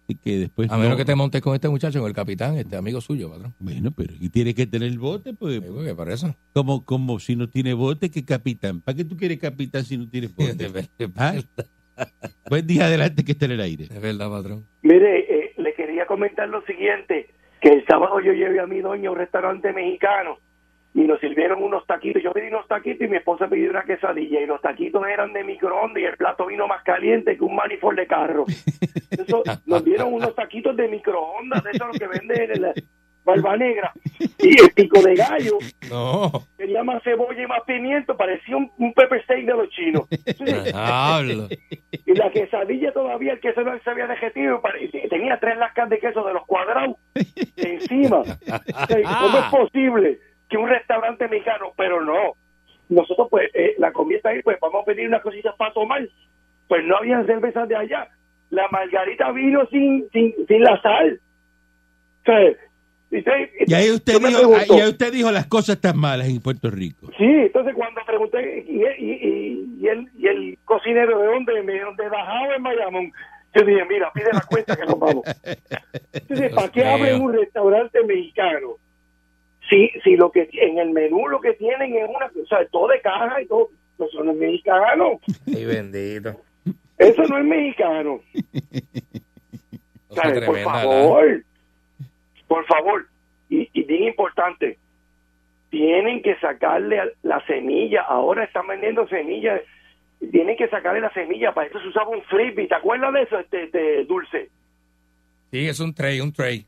Speaker 3: Así que después
Speaker 4: A menos
Speaker 3: no-
Speaker 4: que te montes con este muchacho, con el capitán, este amigo suyo, patrón.
Speaker 3: Bueno, pero y tiene que tener el bote, pues
Speaker 4: Digo que para eso.
Speaker 3: como como si no tiene bote, que capitán. ¿Para qué tú quieres capitán si no tienes bote? ¿Ah? Buen día adelante que está en el aire.
Speaker 4: Es verdad, patrón.
Speaker 8: Mire, eh, le quería comentar lo siguiente, que el sábado yo llevé a mi doña a un restaurante mexicano y nos sirvieron unos taquitos. Yo pedí unos taquitos y mi esposa pidió una quesadilla y los taquitos eran de microondas y el plato vino más caliente que un manifold de carro. Eso, nos dieron unos taquitos de microondas, de esos que venden en la- barba negra, y el pico de gallo,
Speaker 4: No.
Speaker 8: tenía más cebolla y más pimiento, parecía un, un pepper steak de los chinos. Sí.
Speaker 4: Hablo.
Speaker 8: Y la quesadilla todavía, el queso no se había digestido, pare- tenía tres lascas de queso de los cuadrados encima. O sea, ¿Cómo es posible que un restaurante mexicano, pero no? Nosotros, pues, eh, la comida está ahí, pues vamos a pedir unas cositas para tomar. Pues no habían cervezas de allá. La margarita vino sin, sin, sin la sal. O sea, y, y-
Speaker 3: Y ahí usted,
Speaker 8: yo me
Speaker 3: dijo,
Speaker 8: pregunto,
Speaker 3: y ahí usted dijo las cosas tan malas en Puerto Rico.
Speaker 8: Sí, entonces cuando pregunté, ¿y, y, y- y el, y el cocinero de dónde? Me dijeron, de Dajao en Bayamón. Yo dije, mira, pide la cuenta que nos vamos. Entonces, ¿para qué
Speaker 4: Dios mío.
Speaker 8: abren un restaurante mexicano? Si, si lo que en el menú lo que tienen es una, o sea, todo de caja y todo, no son los mexicanos.
Speaker 4: Ay, bendito.
Speaker 8: Eso no es mexicano.
Speaker 4: Cosa
Speaker 8: ¿Sabe? Por
Speaker 4: tremenda, ¿verdad?
Speaker 8: favor, por favor, y, y bien importante, tienen que sacarle a- la semilla, ahora están vendiendo semillas, tienen que sacarle la semilla, para eso se usaba un frisbee, ¿te acuerdas de eso, este, este, Dulce?
Speaker 4: Sí, es un tray, un tray.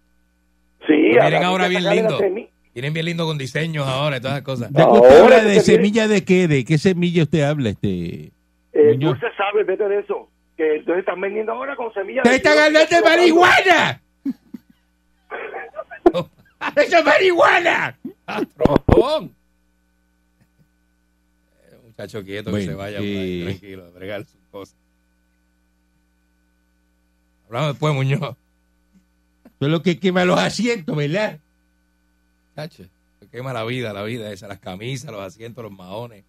Speaker 8: Sí,
Speaker 4: Lo
Speaker 8: hay
Speaker 4: tienen
Speaker 8: que
Speaker 4: ahora bien
Speaker 8: sacarle la
Speaker 4: lindo.
Speaker 8: semi-
Speaker 4: Tienen bien lindo con diseños ahora y todas esas cosas.
Speaker 3: Ya que
Speaker 8: Ah, Ahora
Speaker 3: usted habla
Speaker 8: que
Speaker 3: de
Speaker 8: se tiene-
Speaker 3: semilla de qué, de qué semilla usted habla, este.
Speaker 8: Eh,
Speaker 3: Muñoz.
Speaker 8: Dulce sabe, vete de eso, que entonces están vendiendo ahora con semillas.
Speaker 3: ¡Te están hablando de marihuana! ¡Eso es marihuana!
Speaker 4: ¡Patrón! Eh, Muchacho quieto
Speaker 3: Bueno,
Speaker 4: que se vaya por
Speaker 3: eh.
Speaker 4: ahí, tranquilo, a bregar sus cosas. Hablamos después, Muñoz.
Speaker 3: Solo que quema los asientos, ¿verdad?
Speaker 4: Chacho, se quema la vida, la vida esa, las camisas, los asientos, los maones.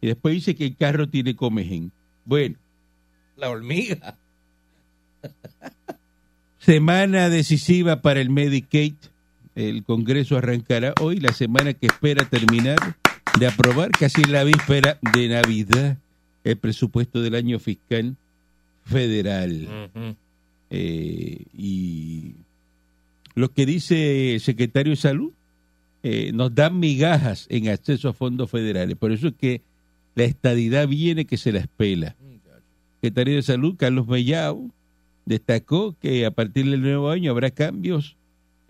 Speaker 3: Y después dice que el carro tiene comején. Bueno,
Speaker 4: La hormiga.
Speaker 3: semana decisiva para el Medicaid. El Congreso arrancará hoy, la semana que espera terminar de aprobar, casi en la víspera de Navidad, el presupuesto del año fiscal federal.
Speaker 4: Ujú.
Speaker 3: Eh, y lo que dice el secretario de Salud, eh, nos dan migajas en acceso a fondos federales. Por eso es que la estadidad viene que se las pela. El secretario de Salud, Carlos Mellao, destacó que a partir del nuevo año habrá cambios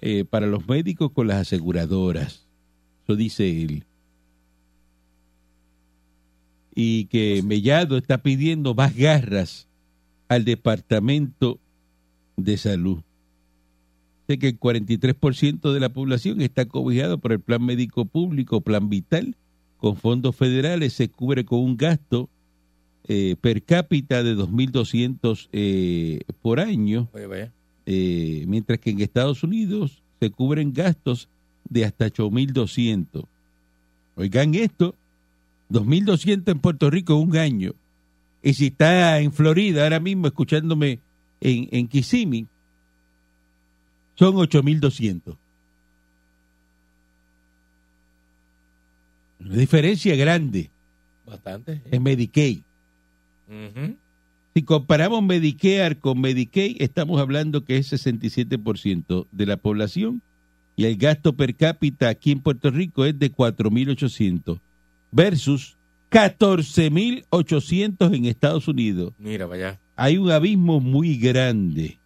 Speaker 3: eh, para los médicos con las aseguradoras. Eso dice él. Y que Mellado está pidiendo más garras al Departamento de Salud. Sé que el 43% de la población está cobijado por el Plan Médico Público, Plan Vital, con fondos federales, se cubre con un gasto eh, per cápita de 2.200 eh, por año,
Speaker 4: Oye, vaya.
Speaker 3: eh, mientras que en Estados Unidos se cubren gastos de hasta 8.200. Oigan esto, 2.200 en Puerto Rico un año. Y si está en Florida ahora mismo escuchándome en, en Kissimmee, son 8.200. Una diferencia grande
Speaker 4: Bastante. ¿eh?
Speaker 3: en Medicaid.
Speaker 4: Ujú.
Speaker 3: Si comparamos Medicare con Medicaid, estamos hablando que es 67% de la población y el gasto per cápita aquí en Puerto Rico es de 4.800 versus 14.800 en Estados Unidos.
Speaker 4: Mira para allá.
Speaker 3: Hay un abismo muy grande.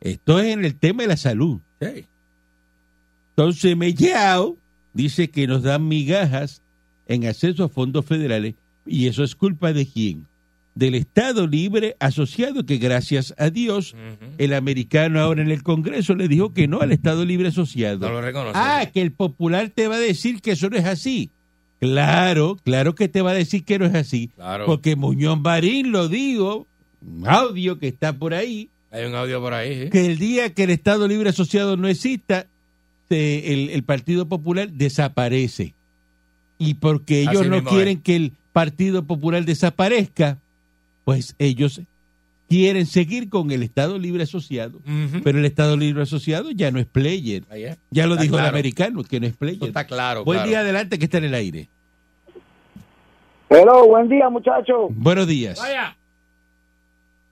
Speaker 3: Esto es en el tema de la salud.
Speaker 4: Sí.
Speaker 3: Entonces Mellao dice que nos dan migajas en acceso a fondos federales y eso es culpa de quién? Del Estado Libre Asociado que gracias a Dios
Speaker 4: Ujú.
Speaker 3: el americano ahora en el Congreso le dijo que no al Estado Libre
Speaker 4: No lo
Speaker 3: Asociado.
Speaker 4: reconoce.
Speaker 3: Ah, que el popular te va a decir que eso no es así. Claro, claro que te va a decir que no es así.
Speaker 4: claro.
Speaker 3: Porque Muñoz Marín lo digo, un audio que está por ahí,
Speaker 4: Hay un audio por ahí. ¿eh?
Speaker 3: que el día que el Estado Libre Asociado no exista, se- el, el Partido Popular desaparece. Y porque ellos
Speaker 4: Así
Speaker 3: no
Speaker 4: mismo
Speaker 3: quieren que el Partido Popular desaparezca, pues ellos quieren seguir con el Estado Libre Asociado.
Speaker 4: Ujú.
Speaker 3: Pero el Estado Libre Asociado ya no es player.
Speaker 4: Ahí es.
Speaker 3: Ya lo
Speaker 4: Está
Speaker 3: dijo el
Speaker 4: claro.
Speaker 3: americano, que no es player.
Speaker 4: Eso está claro.
Speaker 3: Buen
Speaker 4: claro.
Speaker 3: día adelante que está en el aire.
Speaker 8: Hello, buen día muchachos.
Speaker 3: Buenos días.
Speaker 4: Vaya.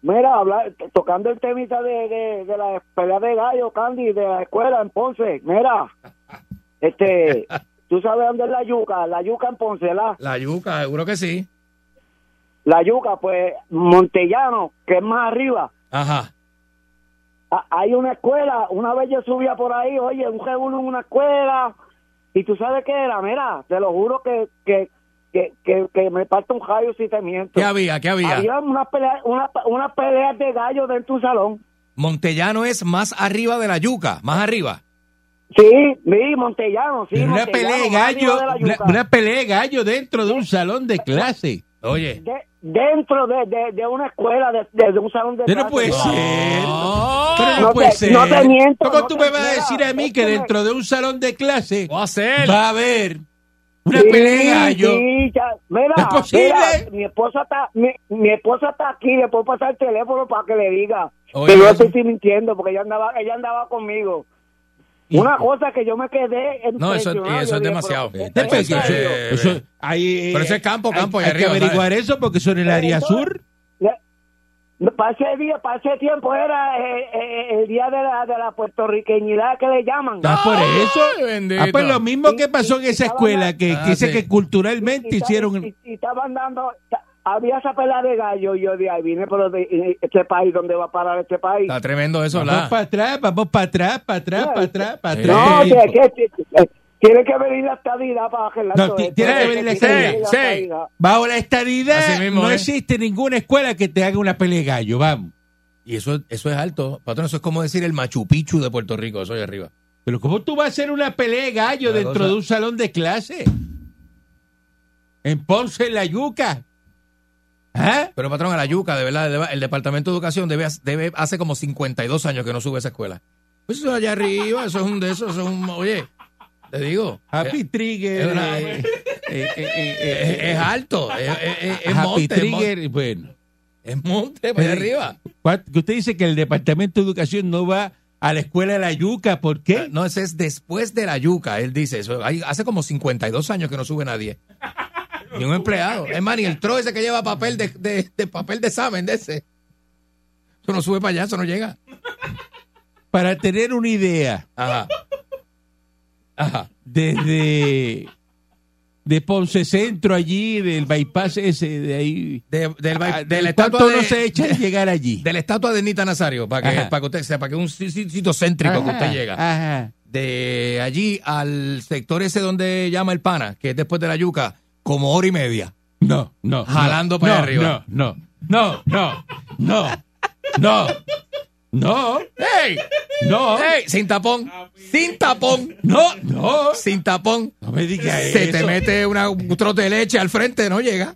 Speaker 8: Mira, habla- t- tocando el temita de, de, de la pelea de gallo, Candy, de la escuela en Ponce. Mira, este, tú sabes dónde es la yuca, la yuca en Ponce, la,
Speaker 4: La yuca, seguro que sí.
Speaker 8: la yuca, pues Montellano, que es más arriba,
Speaker 4: Ajá.
Speaker 7: a- Ah, hay una escuela, una vez yo subía por ahí, oye, un revuelo en una escuela, y tú sabes qué era, mira, te lo juro que, que, que, que, que me parto un rayo si te miento.
Speaker 4: ¿Qué había? ¿Qué había?
Speaker 7: Había unas peleas una, una pelea de gallos dentro de un salón.
Speaker 4: Montellano es más arriba de la yuca, más arriba.
Speaker 7: Sí, sí, Montellano, sí.
Speaker 3: Pero una
Speaker 7: Montellano,
Speaker 3: pelea de
Speaker 7: más arriba
Speaker 3: gallo,
Speaker 7: de la
Speaker 3: una,
Speaker 7: yuca.
Speaker 3: una pelea de gallo dentro de un salón de clase.
Speaker 4: Oye.
Speaker 7: De- dentro de, de, de una escuela, de, de- de un salón de
Speaker 3: Pero no
Speaker 7: clase.
Speaker 3: puede ser. Pero no,
Speaker 7: No te-
Speaker 3: puede ser.
Speaker 7: no te miento,
Speaker 3: ¿Cómo
Speaker 7: no
Speaker 3: tú
Speaker 7: te-
Speaker 3: me vas a
Speaker 7: mira,
Speaker 3: decir a mí
Speaker 7: es
Speaker 3: que
Speaker 7: que me-
Speaker 3: dentro de un salón de clase
Speaker 4: a hacer?
Speaker 3: va a haber una
Speaker 7: Sí,
Speaker 3: pelea de gallo?
Speaker 7: sí, ya. Mira,
Speaker 3: ¿No es posible?
Speaker 7: mira, mi esposa está, mi, mi esposa está aquí, le puedo pasar el teléfono para que le diga
Speaker 4: Oye, pues,
Speaker 7: que yo
Speaker 4: eso-
Speaker 7: estoy mintiendo porque ella andaba, ella andaba conmigo. Una cosa que yo me quedé
Speaker 4: No, eso-
Speaker 7: impresionado,
Speaker 4: eso es
Speaker 7: yo dije,
Speaker 4: demasiado.
Speaker 7: pero,
Speaker 4: Eso-
Speaker 7: ¿esto es
Speaker 4: eso-
Speaker 7: serio?
Speaker 4: eh,
Speaker 3: Eso, hay,
Speaker 4: Pero eso es campo,
Speaker 3: hay-
Speaker 4: campo,
Speaker 3: hay,
Speaker 4: allá
Speaker 3: que
Speaker 4: arriba,
Speaker 3: averiguar eso porque son el área sur.
Speaker 7: Le- Para ese día, para ese tiempo era eh, eh, el día de la, de la puertorriqueñidad que le llaman.
Speaker 4: Ah,
Speaker 3: ¿Estás Ah, por eso?
Speaker 4: bendito.
Speaker 3: Ah, pues lo mismo que pasó en esa escuela, que,
Speaker 4: Ah,
Speaker 3: que dice
Speaker 4: sí.
Speaker 3: que culturalmente
Speaker 7: y- y-
Speaker 3: hicieron...
Speaker 7: y- y estaban dando ta- había esa pelea de gallo y yo de ahí vine pero de y- este país dónde va a parar este país
Speaker 4: Está tremendo eso,
Speaker 3: Vamos
Speaker 4: ¿verdad?
Speaker 3: para atrás, vamos para atrás, para atrás, para atrás, para atrás.
Speaker 7: no
Speaker 3: Este
Speaker 7: o sea,
Speaker 3: tipo.
Speaker 7: que- que- tiene que venir la estadidad para arreglar
Speaker 3: No,
Speaker 7: todo
Speaker 3: ti-
Speaker 7: esto.
Speaker 3: tiene que venir la
Speaker 7: Tiene que venir
Speaker 4: estadidad.
Speaker 7: la
Speaker 4: Sí,
Speaker 7: estadidad.
Speaker 3: Bajo la estadidad
Speaker 4: Así mismo,
Speaker 3: no
Speaker 4: ¿eh?
Speaker 3: existe ninguna escuela que te haga una pelea de gallo, vamos.
Speaker 4: Y eso, eso es alto. Patrón, eso es como decir el Machu Picchu de Puerto Rico, eso ahí arriba.
Speaker 3: Pero ¿cómo tú vas a hacer una pelea de gallo
Speaker 4: Una
Speaker 3: dentro
Speaker 4: cosa-
Speaker 3: de un salón de clase? En Ponce, en la yuca. ¿Ah?
Speaker 4: Pero patrón, a la yuca, de verdad, el- el Departamento de Educación debe, debe hace como 52 años que no sube esa escuela. Pues eso allá arriba, eso es un de esos, eso es un... Oye, te digo,
Speaker 3: Happy Trigger.
Speaker 4: es, una-
Speaker 3: eh,
Speaker 4: es,
Speaker 3: eh, eh, eh, eh,
Speaker 4: es alto, es, es- es- es
Speaker 3: Happy
Speaker 4: monte, es monte,
Speaker 3: Trigger, bueno.
Speaker 4: es monte para allá arriba.
Speaker 3: ¿Cuál- que Usted dice que el Departamento de Educación no va a la escuela de la yuca, ¿por qué?
Speaker 4: Ah, No, ese es después de la yuca, él dice eso. Hay- hace como 52 años que no sube nadie. Ni un empleado. Es más, ni el tro ese que lleva papel de, de- de papel de examen de ese. Eso no sube para allá, eso no llega.
Speaker 3: Para tener una idea,
Speaker 4: Ajá. Ajá.
Speaker 3: desde de Ponce Centro allí, del bypass ese de ahí.
Speaker 4: De, del ba-
Speaker 3: Ah,
Speaker 4: de la
Speaker 3: ¿Cuánto
Speaker 4: estatua de,
Speaker 3: no se echa en llegar allí?
Speaker 4: de la estatua de Nita Nazario, para que,
Speaker 3: Ajá.
Speaker 4: para que usted sepa que es un si- si- sitio céntrico que usted
Speaker 3: Ajá,
Speaker 4: llega.
Speaker 3: Ajá.
Speaker 4: De allí al sector ese donde llama el pana, que es después de la yuca, como hora y media.
Speaker 3: No, no.
Speaker 4: Jalando
Speaker 3: no,
Speaker 4: para
Speaker 3: no,
Speaker 4: arriba.
Speaker 3: No, no, no, no, no, no,
Speaker 4: ¡Ey!
Speaker 3: no,
Speaker 4: ¡Ey! Sin tapón. Sin tapón.
Speaker 3: no, no.
Speaker 4: Sin tapón.
Speaker 3: No me digas
Speaker 4: Se te
Speaker 3: eso.
Speaker 4: mete una, un trote de leche al frente, no llega.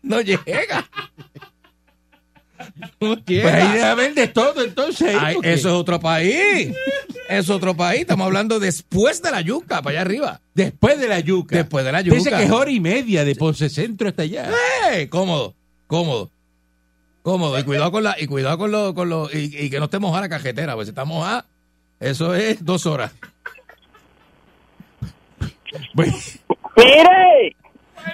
Speaker 4: No llega. No
Speaker 3: Pues ahí debe
Speaker 4: llega.
Speaker 3: haber de todo, entonces. ahí,
Speaker 4: Ay,
Speaker 3: porque-
Speaker 4: eso es otro país. Es otro país. Estamos hablando después de la yuca, para allá arriba.
Speaker 3: Después de la yuca.
Speaker 4: Después de la
Speaker 3: Dice
Speaker 4: yuca.
Speaker 3: que es hora y media de Ponce Centro hasta allá.
Speaker 4: ¡Eh! Cómodo, cómodo. Cómodo. Y cuidado con la, y cuidado con lo, con lo, y, y que no esté mojada la cajetera, pues si está mojada, eso es dos horas.
Speaker 7: Mire,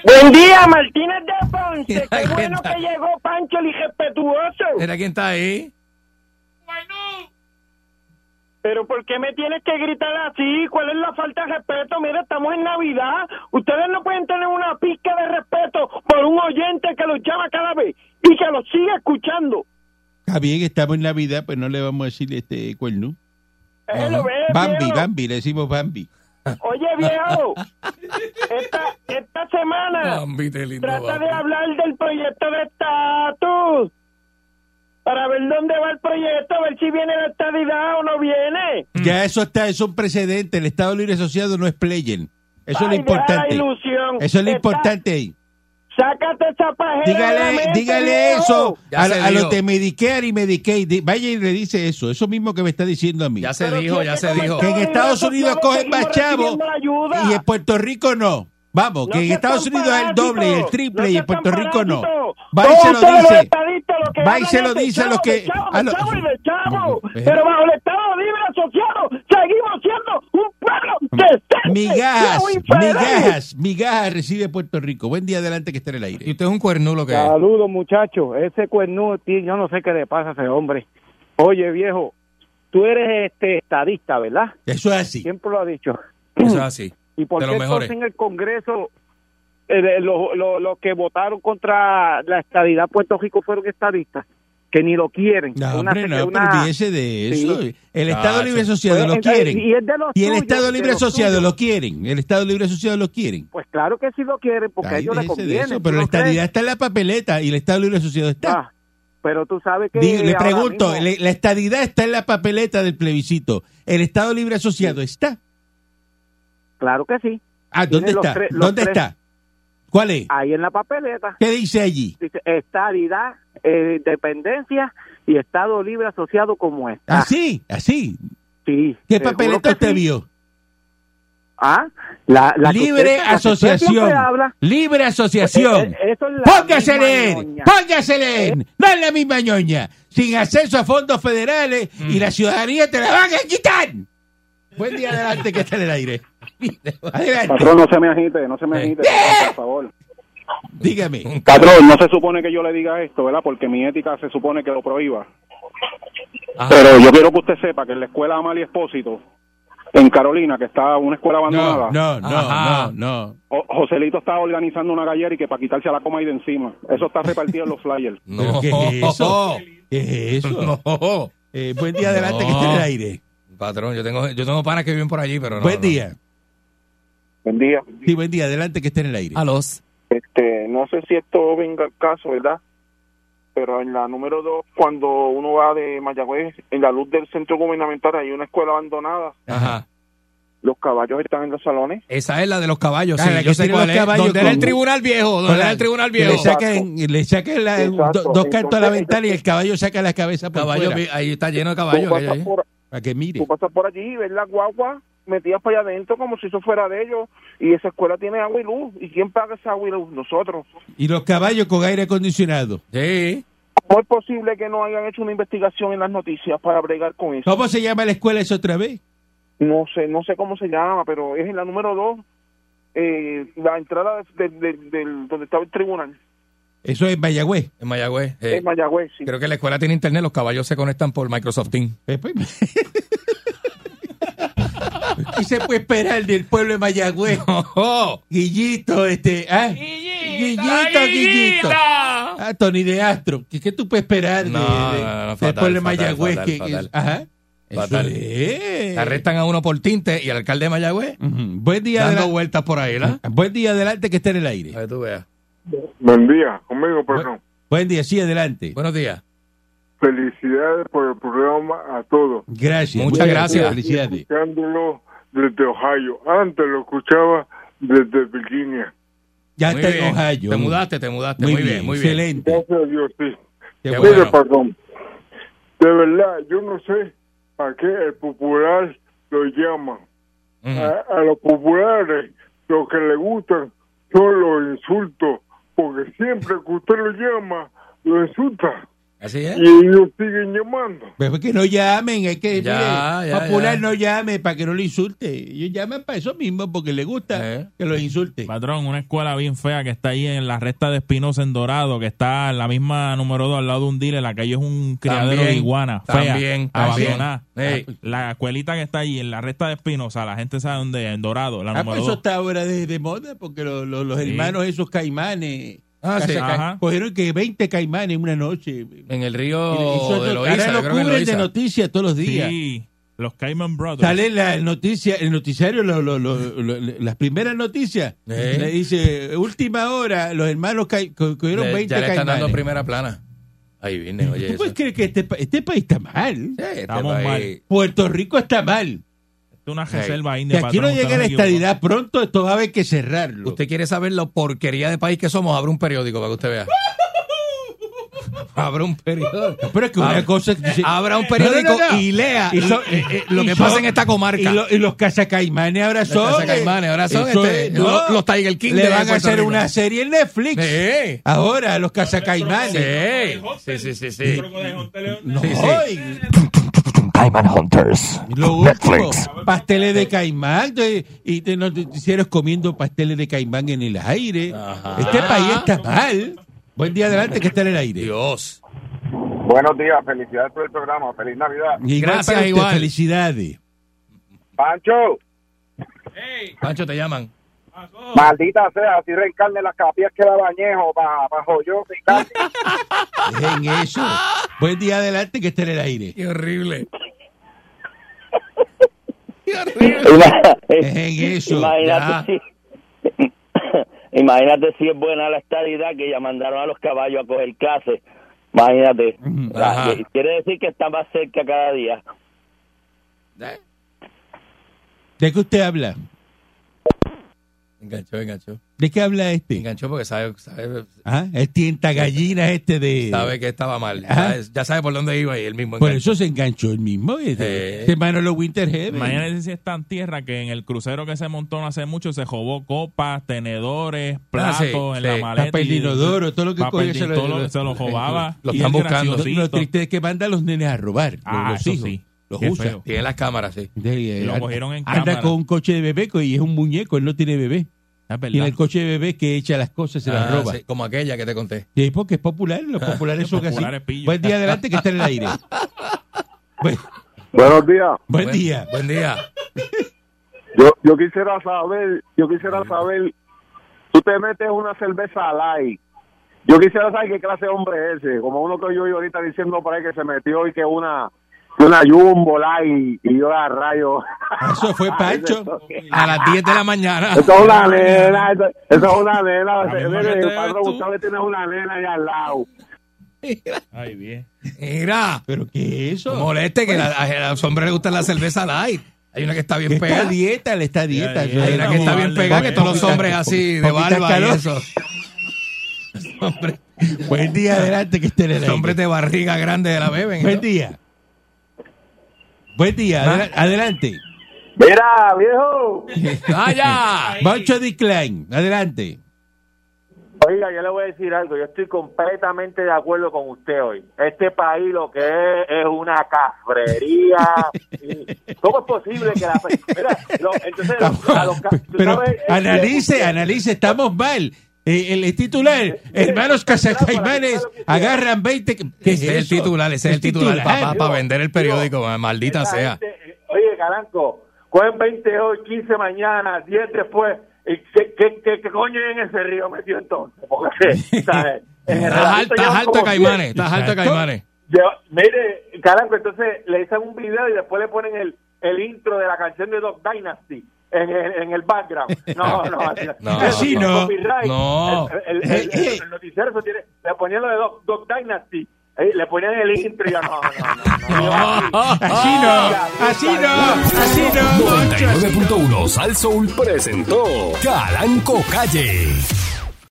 Speaker 7: buen día, Martínez de Ponce.
Speaker 4: Mira
Speaker 7: Qué
Speaker 4: qué
Speaker 7: bueno
Speaker 4: tal.
Speaker 7: que llegó Pancho el irrespetuoso.
Speaker 4: Mira quién está ahí.
Speaker 7: Pero ¿por qué me tienes que gritar así? ¿Cuál es la falta de respeto? Mira, estamos en Navidad. Ustedes no pueden tener una pizca de respeto por un oyente que los llama cada vez y que los sigue escuchando.
Speaker 3: Está bien, estamos en Navidad, pues no le vamos a decir este cuerno.
Speaker 7: Eh, lo ves,
Speaker 3: Bambi,
Speaker 7: viejo?
Speaker 3: Bambi, le decimos Bambi.
Speaker 7: Oye, viejo, esta, esta semana
Speaker 4: Bambite lindo,
Speaker 7: Ah, trata
Speaker 4: bambi.
Speaker 7: de hablar del proyecto de estatus para ver dónde va el proyecto, a ver si viene la estadidad o no viene.
Speaker 4: Mm.
Speaker 3: Ya eso está, eso es un precedente. El Estado Libre Asociado no es playen. Eso es lo
Speaker 7: Ay, deja
Speaker 3: importante.
Speaker 7: La ilusión.
Speaker 3: Eso es lo
Speaker 7: Está-
Speaker 3: importante ahí.
Speaker 7: Sácate esa pajera. de la
Speaker 3: Dígale,
Speaker 7: mente,
Speaker 3: dígale
Speaker 7: viejo.
Speaker 3: eso
Speaker 4: Ya
Speaker 3: a,
Speaker 4: se
Speaker 3: a los
Speaker 4: dijo.
Speaker 3: de Medicare y Medicaid. Di- Vaya y le dice eso, eso mismo que me está diciendo a mí.
Speaker 4: Ya se
Speaker 7: Pero
Speaker 4: dijo,
Speaker 7: si
Speaker 4: ya
Speaker 7: este
Speaker 4: se dijo.
Speaker 3: Que en Estados Unidos cogen más
Speaker 7: Seguimos
Speaker 3: chavos
Speaker 7: recibiendo la ayuda.
Speaker 3: y en Puerto Rico no. Vamos,
Speaker 7: No
Speaker 3: que en
Speaker 7: seas
Speaker 3: Estados
Speaker 7: tan
Speaker 3: Unidos es el doble y el
Speaker 7: parásito.
Speaker 3: triple
Speaker 7: No
Speaker 3: y en
Speaker 7: seas
Speaker 3: Puerto
Speaker 7: tan
Speaker 3: Rico no.
Speaker 7: parásito.
Speaker 3: Va y se
Speaker 7: Todos
Speaker 3: lo
Speaker 7: ustedes los
Speaker 3: dice.
Speaker 7: estadistas, los que
Speaker 3: Va y
Speaker 7: hablan
Speaker 3: se lo
Speaker 7: es de
Speaker 3: dice a los
Speaker 7: chavo, de
Speaker 3: que-
Speaker 7: chavo,
Speaker 3: a
Speaker 7: de
Speaker 3: los- eh.
Speaker 7: chavo y de chavo.
Speaker 3: Ujú.
Speaker 7: Pero bajo el Estado Libre Asociado seguimos siendo un pueblo decente.
Speaker 3: Migajas,
Speaker 7: viejo infeliz.
Speaker 3: migajas, migajas recibe Puerto Rico. Buen día adelante que esté en el
Speaker 4: Y
Speaker 3: aire.
Speaker 4: usted es un cuernulo que es.
Speaker 7: Saludos, muchachos. Ese cuernudo, tío, yo no sé qué le pasa a ese hombre. Oye, viejo, tú eres este estadista, ¿verdad?
Speaker 3: Eso es así.
Speaker 7: Siempre lo ha dicho.
Speaker 4: Eso es así.
Speaker 7: ¿Y por
Speaker 4: De
Speaker 7: qué
Speaker 4: los mejores.
Speaker 7: entonces en el Congreso eh, de- los los- los que votaron contra la estadidad en Puerto Rico fueron estadistas? que ni lo quieren.
Speaker 3: No,
Speaker 7: Una-
Speaker 3: hombre, no,
Speaker 7: una-
Speaker 3: pero olvídese de eso.
Speaker 7: Sí.
Speaker 3: El Estado
Speaker 4: Ah,
Speaker 3: Libre
Speaker 4: eso-
Speaker 3: Asociado
Speaker 7: Pues,
Speaker 3: lo
Speaker 7: entonces,
Speaker 3: quieren.
Speaker 7: y es de los
Speaker 3: Y el
Speaker 7: suyos,
Speaker 3: Estado
Speaker 7: de
Speaker 3: Libre
Speaker 7: los
Speaker 3: Asociado
Speaker 7: suyos.
Speaker 3: lo quieren. El Estado Libre Asociado lo quieren.
Speaker 7: Pues claro que sí lo quieren, porque a
Speaker 3: Ahí
Speaker 7: ellos les
Speaker 3: déjese de
Speaker 7: conviene.
Speaker 3: eso,
Speaker 7: ¿tú
Speaker 3: Pero la
Speaker 7: no crees?
Speaker 3: estadidad está en la papeleta y el Estado Libre Asociado está.
Speaker 7: Ah, pero tú sabes que.
Speaker 3: Digo, le
Speaker 7: ahora
Speaker 3: pregunto,
Speaker 7: mismo-
Speaker 3: le- la estadidad está en la papeleta del plebiscito. ¿El Estado Libre Asociado está?
Speaker 7: Claro que sí.
Speaker 3: Ah, ¿dónde
Speaker 7: Tiene los
Speaker 3: está?
Speaker 7: tres- los
Speaker 3: ¿Dónde
Speaker 7: tres-
Speaker 3: está? ¿Cuál es?
Speaker 7: Ahí en la papeleta.
Speaker 3: ¿Qué dice allí?
Speaker 7: Dice estadidad, eh, dependencia y Estado libre asociado como está.
Speaker 3: Así, así.
Speaker 7: Sí,
Speaker 3: ¿Qué
Speaker 7: seguro
Speaker 3: papeleta
Speaker 7: que
Speaker 3: usted
Speaker 7: sí.
Speaker 3: vio?
Speaker 7: Ah, la, la que
Speaker 3: Libre
Speaker 7: usted- la que usted
Speaker 3: asociación.
Speaker 7: siempre habla.
Speaker 3: Libre asociación.
Speaker 7: Eh, eh, eso es la
Speaker 3: Póngasele,
Speaker 7: misma ñoña.
Speaker 3: póngasele, no es la misma ñoña, sin acceso a fondos federales
Speaker 4: Mm.
Speaker 3: y la ciudadanía te la van a quitar. Buen día adelante que está en el aire. Adelante,
Speaker 9: Patrón, no se me agite, no se me agite, patrón, por favor.
Speaker 3: dígame.
Speaker 9: Patrón, no se supone que yo le diga esto, ¿verdad? Porque mi ética se supone que lo prohíba.
Speaker 4: Ajá.
Speaker 9: Pero yo quiero que usted sepa que en la escuela Amalia Espósito, en Carolina, que está una escuela abandonada,
Speaker 3: No, no, no, no,
Speaker 4: Ajá.
Speaker 3: no.
Speaker 9: o- Joselito está organizando una gallera y que para quitarse a la coma y de encima. Eso está repartido en los flyers.
Speaker 3: ¿Pero
Speaker 4: No.
Speaker 3: ¿Qué es eso? ¿Qué es eso?
Speaker 4: No.
Speaker 3: Eh, buen día adelante
Speaker 4: No.
Speaker 3: que está en el aire.
Speaker 4: Patrón, yo tengo, yo tengo panas que viven por allí, pero no.
Speaker 3: buen
Speaker 4: no.
Speaker 3: día.
Speaker 8: Buen día.
Speaker 3: Sí, buen día adelante que está en el aire.
Speaker 4: A los.
Speaker 8: Este, no sé si esto venga al caso, ¿verdad? Pero en la número dos, cuando uno va de Mayagüez, en la luz del centro gubernamental hay una escuela abandonada.
Speaker 4: Ajá.
Speaker 8: Los caballos están en los salones.
Speaker 4: Esa es la de los caballos.
Speaker 3: Ah,
Speaker 4: sí,
Speaker 3: la que
Speaker 4: yo sé
Speaker 3: tiene
Speaker 4: cuál
Speaker 3: los
Speaker 4: es.
Speaker 3: caballos
Speaker 4: Donde era
Speaker 3: con-
Speaker 4: el tribunal viejo. Donde
Speaker 3: Hola.
Speaker 4: era el tribunal
Speaker 3: Que
Speaker 4: viejo.
Speaker 3: Le saquen, le saquen la-
Speaker 8: Exacto.
Speaker 3: do- dos cartas a la
Speaker 8: Entonces,
Speaker 3: ventana y el caballo saca la cabeza por
Speaker 4: Caballo
Speaker 3: fuera
Speaker 4: vi- ahí está lleno de
Speaker 8: Tú
Speaker 4: caballos.
Speaker 8: pasas,
Speaker 4: ahí, ahí.
Speaker 8: por,
Speaker 3: para que mire.
Speaker 8: tú pasas por allí y ves la guagua metidas para allá adentro como si eso fuera de ellos. Y esa escuela tiene agua y luz. ¿Y quién paga esa agua y luz? Nosotros.
Speaker 3: Y los caballos con aire acondicionado.
Speaker 4: Sí.
Speaker 8: ¿Cómo es posible que no hayan hecho una investigación en las noticias para bregar con eso?
Speaker 3: ¿Cómo se llama la escuela esa otra vez?
Speaker 8: No sé, no sé cómo se llama, pero es en la número dos, eh, la entrada de, de- de- del- donde estaba el tribunal,
Speaker 3: Eso es Mayagüez.
Speaker 4: En Mayagüez. eh.
Speaker 8: en Mayagüez. sí.
Speaker 4: Creo que la escuela tiene internet. Los caballos se conectan por Microsoft Teams.
Speaker 3: Eh, pues. ¿Qué se puede esperar del pueblo de Mayagüez?
Speaker 4: ¡Oh!
Speaker 3: Guillito, este. ¿ah? Guillito, Guillito. Ah, Tony de Astro. ¿Qué, qué tú puedes esperar de-
Speaker 4: No,
Speaker 3: de-
Speaker 4: no, no,
Speaker 3: del
Speaker 4: fatal,
Speaker 3: pueblo de
Speaker 4: fatal,
Speaker 3: Mayagüez?
Speaker 4: fatal,
Speaker 3: que-
Speaker 4: fatal.
Speaker 3: Ajá. Eso
Speaker 4: Fatal.
Speaker 3: es.
Speaker 4: Arrestan a uno por tinte y al alcalde de Mayagüez
Speaker 3: Ujú. Buen día,
Speaker 4: dando
Speaker 3: adelante.
Speaker 4: vueltas por ahí, ¿la?
Speaker 3: Buen día, adelante, que esté en el
Speaker 4: A
Speaker 3: aire.
Speaker 4: ver, tú veas.
Speaker 9: Buen día, conmigo,
Speaker 4: patrón.
Speaker 3: Buen día, sí, adelante.
Speaker 4: Buenos días.
Speaker 9: Felicidades por el programa a todos.
Speaker 3: Gracias.
Speaker 4: Muchas gracias.
Speaker 3: Felicidades.
Speaker 9: Escuchándolo desde Ohio. Antes lo escuchaba desde Virginia.
Speaker 3: Ya
Speaker 4: Muy
Speaker 3: está en
Speaker 4: bien.
Speaker 3: Ohio.
Speaker 4: Te mudaste, te mudaste.
Speaker 3: Muy,
Speaker 4: Muy, bien, muy bien.
Speaker 3: Excelente.
Speaker 9: Gracias a Dios, sí.
Speaker 4: Qué
Speaker 3: Qué
Speaker 4: bueno.
Speaker 9: Mire, patrón, de verdad, yo no sé para qué el popular lo llaman.
Speaker 4: Ujú.
Speaker 9: A, a los populares lo que le gustan son los insultos, porque siempre que usted lo llama, lo insulta
Speaker 4: Mm. Así es.
Speaker 9: y ellos siguen llamando.
Speaker 3: Pues que no llamen, es que
Speaker 4: Ya,
Speaker 3: mire,
Speaker 4: ya,
Speaker 3: popular
Speaker 4: ya.
Speaker 3: no llame para que no le insulte. Ellos llaman para eso mismo porque les gusta
Speaker 4: Eh.
Speaker 3: que los insulte.
Speaker 5: Patrón, una escuela bien fea que está ahí en la recta de Espinosa en Dorado, que está en la misma número 2 al lado de un dealer, la calle es un criadero de
Speaker 4: También,
Speaker 5: iguana, fea,
Speaker 4: también, también.
Speaker 5: abandonada.
Speaker 4: Ey.
Speaker 5: La escuelita que está ahí en la recta de Espinosa, la gente sabe dónde, es, en Dorado, la
Speaker 3: Ah, pues
Speaker 5: número
Speaker 3: eso
Speaker 5: 2.
Speaker 3: está ahora de, de moda porque lo- lo- los
Speaker 5: Sí.
Speaker 3: hermanos esos caimanes
Speaker 4: Ah, sí.
Speaker 3: casa-
Speaker 5: Ajá.
Speaker 3: cogieron que 20 caimanes en una noche.
Speaker 4: En el
Speaker 3: Y eso
Speaker 4: río de
Speaker 3: no-
Speaker 4: Loíza.
Speaker 3: ahora
Speaker 4: yo
Speaker 3: lo
Speaker 4: creo que en
Speaker 3: cubren de
Speaker 4: Loíza.
Speaker 3: noticias todos los días.
Speaker 5: Sí, los Cayman Brothers.
Speaker 3: Sale la noticia, el noticiario, lo- lo- lo- lo- las primeras noticias.
Speaker 4: Eh.
Speaker 3: Le dice, última hora, los hermanos cai- co- cogieron
Speaker 4: Le-
Speaker 3: 20
Speaker 4: ya le están dando
Speaker 3: caimanes.
Speaker 4: primera plana. Ahí viene, oye.
Speaker 3: ¿Tú
Speaker 4: eso.
Speaker 3: puedes creer que este, pa- este país está mal?
Speaker 4: Sí, este
Speaker 5: Estamos
Speaker 4: país-
Speaker 5: mal.
Speaker 3: Puerto Rico está mal.
Speaker 5: Es una
Speaker 4: Ey.
Speaker 5: reserva
Speaker 3: Que
Speaker 5: india,
Speaker 3: aquí no
Speaker 5: patrón, usted
Speaker 3: llega la
Speaker 5: se equivocó.
Speaker 3: estadidad pronto, esto va a haber que cerrarlo.
Speaker 4: Usted quiere saber la porquería de país que somos, abre un periódico para que usted vea. abre un periódico.
Speaker 3: Pero es que una
Speaker 4: Abra-
Speaker 3: cosa... dice-
Speaker 4: Abra un periódico
Speaker 3: No, no, no, no.
Speaker 4: y lea
Speaker 3: Y son-
Speaker 4: eh, eh, lo
Speaker 3: y
Speaker 4: que
Speaker 3: son-
Speaker 4: pasa en esta
Speaker 3: Y,
Speaker 4: comarca.
Speaker 3: lo- y los cazacaimanes ahora son... eh,
Speaker 4: cazacaimanes ahora son,
Speaker 3: eso
Speaker 4: este,
Speaker 3: es,
Speaker 4: los- los Tiger King
Speaker 3: Le
Speaker 4: de
Speaker 3: van a
Speaker 4: Puerto
Speaker 3: hacer
Speaker 4: Rico.
Speaker 3: una serie en Netflix.
Speaker 4: Sí.
Speaker 3: Ahora, los cazacaimanes.
Speaker 4: Sí, sí, sí, sí, sí.
Speaker 3: No,
Speaker 4: Sí, sí.
Speaker 3: ay, Lo último, pasteles de caimán. entonces, Y te noticieros comiendo pasteles de caimán en el aire.
Speaker 4: Ajá.
Speaker 3: Este país está mal. Buen día adelante que está en el aire.
Speaker 4: Dios.
Speaker 9: Buenos días, felicidades por el programa, feliz Navidad.
Speaker 3: Igual
Speaker 4: Gracias,
Speaker 3: para usted,
Speaker 4: igual.
Speaker 3: Felicidades.
Speaker 9: Pancho,
Speaker 4: Pancho, te llaman.
Speaker 9: maldita sea, así reencarne las capillas que da Bañejo para pa Joyo.
Speaker 3: Dejen eso. Buen día adelante que esté en el aire.
Speaker 4: Qué horrible.
Speaker 3: Es en eso. ya.
Speaker 10: Imagínate si, imagínate si es buena la estadidad que ya mandaron a los caballos a coger clases. Imagínate.
Speaker 4: Ajá.
Speaker 10: Quiere decir que está más cerca cada día.
Speaker 3: ¿Eh? ¿De qué usted habla?
Speaker 4: Enganchó, enganchó.
Speaker 3: ¿De qué habla este?
Speaker 4: Enganchó porque sabe, sabe,
Speaker 3: Ah, El tienta gallinas este de...
Speaker 4: sabe que estaba mal.
Speaker 3: Ajá.
Speaker 4: Sabe- ya sabe por dónde iba y él mismo
Speaker 3: Ah. Por
Speaker 4: enganchó.
Speaker 3: eso se enganchó el mismo.
Speaker 4: Eh.
Speaker 3: Este, este Manolo Winterhead.
Speaker 5: Imagínate si es tan tierra que en el crucero que se montó no hace mucho se robó copas,
Speaker 3: Ah,
Speaker 5: tenedores, platos
Speaker 4: sí,
Speaker 5: en
Speaker 4: sí.
Speaker 5: la maleta.
Speaker 3: Papel
Speaker 5: y-
Speaker 3: de inodoro, todo lo que
Speaker 5: papel
Speaker 3: coge
Speaker 5: de-
Speaker 3: se lo-
Speaker 5: todo
Speaker 3: lo-
Speaker 5: se lo robaba.
Speaker 4: lo
Speaker 5: y
Speaker 4: están
Speaker 5: el
Speaker 4: buscando.
Speaker 3: Lo, lo
Speaker 5: graciosito.
Speaker 3: triste es que manda a los nenes a robar,
Speaker 5: Ah,
Speaker 3: los
Speaker 5: eso
Speaker 3: hijos.
Speaker 5: sí.
Speaker 3: Los
Speaker 5: Qué
Speaker 3: usa.
Speaker 5: feo.
Speaker 4: Tiene las cámaras, sí.
Speaker 3: De-
Speaker 5: Y lo
Speaker 3: anda-
Speaker 5: cogieron en
Speaker 3: Anda
Speaker 5: cámara. Ah,
Speaker 3: con un coche de bebé co- y es un muñeco, él no tiene bebé.
Speaker 5: Es
Speaker 3: Y en
Speaker 5: verdad.
Speaker 3: el coche de bebé que echa las cosas se las
Speaker 4: Ah,
Speaker 3: roba.
Speaker 4: sí, como aquella que te conté.
Speaker 3: Y ahí porque es popular, los populares son así.
Speaker 5: populares pillos.
Speaker 3: Buen día adelante que está en el aire. Buen,
Speaker 11: Buenos días.
Speaker 3: buen día.
Speaker 4: Buen día.
Speaker 11: Yo, yo quisiera saber, yo quisiera saber, tú te metes una cerveza light. Yo quisiera saber qué clase de hombre es ese, como uno que yo oí ahorita diciendo por ahí que se metió y que una una jumbo light y yo a rayo.
Speaker 3: Eso fue Pancho.
Speaker 4: A las 10 de la mañana.
Speaker 11: Eso es una nena, eso, eso es una nena.
Speaker 5: La misma que
Speaker 11: Mire,
Speaker 5: te
Speaker 11: el padre
Speaker 5: ves tú.
Speaker 11: Gustavo tiene una nena allá al lado.
Speaker 5: Ay, bien.
Speaker 4: Mira,
Speaker 3: ¿Pero qué es
Speaker 4: no
Speaker 3: eso?
Speaker 4: moleste que la- a los hombres les gusta la cerveza light. Hay una que está
Speaker 3: Que
Speaker 4: bien
Speaker 3: está
Speaker 4: pegada.
Speaker 3: dieta, le está dieta.
Speaker 5: Ya, ya,
Speaker 4: Hay una que está bien
Speaker 5: Vale,
Speaker 4: pegada que
Speaker 5: bueno.
Speaker 4: todos los hombres así de
Speaker 3: Poquita
Speaker 4: barba y
Speaker 3: calor.
Speaker 4: eso. Los hombres-
Speaker 3: Buen día adelante que esté en el
Speaker 4: Los hombres
Speaker 3: aire.
Speaker 4: de barriga grande de la beben.
Speaker 3: Buen día. Buen día, adela- adelante.
Speaker 7: Mira, viejo.
Speaker 4: Ah, ¡Vaya!
Speaker 3: Pancho Decline, adelante.
Speaker 7: Oiga, yo le voy a decir algo. Yo estoy completamente de acuerdo con usted hoy. Este país lo que es es una cafrería. Y- ¿Cómo es posible que la... Mira, lo- entonces, a los ca- tú
Speaker 3: Pero
Speaker 7: sabes, eh,
Speaker 3: analice, analice, estamos mal. Eh, el, el titular, hermanos Casacaimanes, agarran 20. que- ¿Qué es
Speaker 4: Ese es el
Speaker 3: eso?
Speaker 4: titular, ese es el titular, papá, para vender el periódico, maldita
Speaker 7: esa
Speaker 4: sea.
Speaker 7: gente, eh, oye, Caranco, cogen 20 hoy, 15 mañana, 10 después. ¿Y qué, qué, qué, qué coño hay en ese río metido entonces? Porque, ¿sabes? En el
Speaker 4: Estás
Speaker 7: relato
Speaker 4: alto, estás
Speaker 7: llevan
Speaker 4: alto de
Speaker 7: como
Speaker 4: caimanes,
Speaker 7: 100.
Speaker 4: estás alto de caimanes.
Speaker 7: Lleva- mire, Caranco, entonces le hacen un video y después le ponen el, el intro de la canción de Dog Dynasty. En el, en el background. No, no, así
Speaker 4: No,
Speaker 3: Así no.
Speaker 7: copyright.
Speaker 4: No.
Speaker 7: El, el- el- el- el noticiero eso tiene, le ponían lo de Dog, Dog Dynasty. eh, le ponían el intro y yo, no, no, no, no.
Speaker 3: Así no, así no, así no.
Speaker 1: 99.1 Sal Soul presentó Calanco Calle.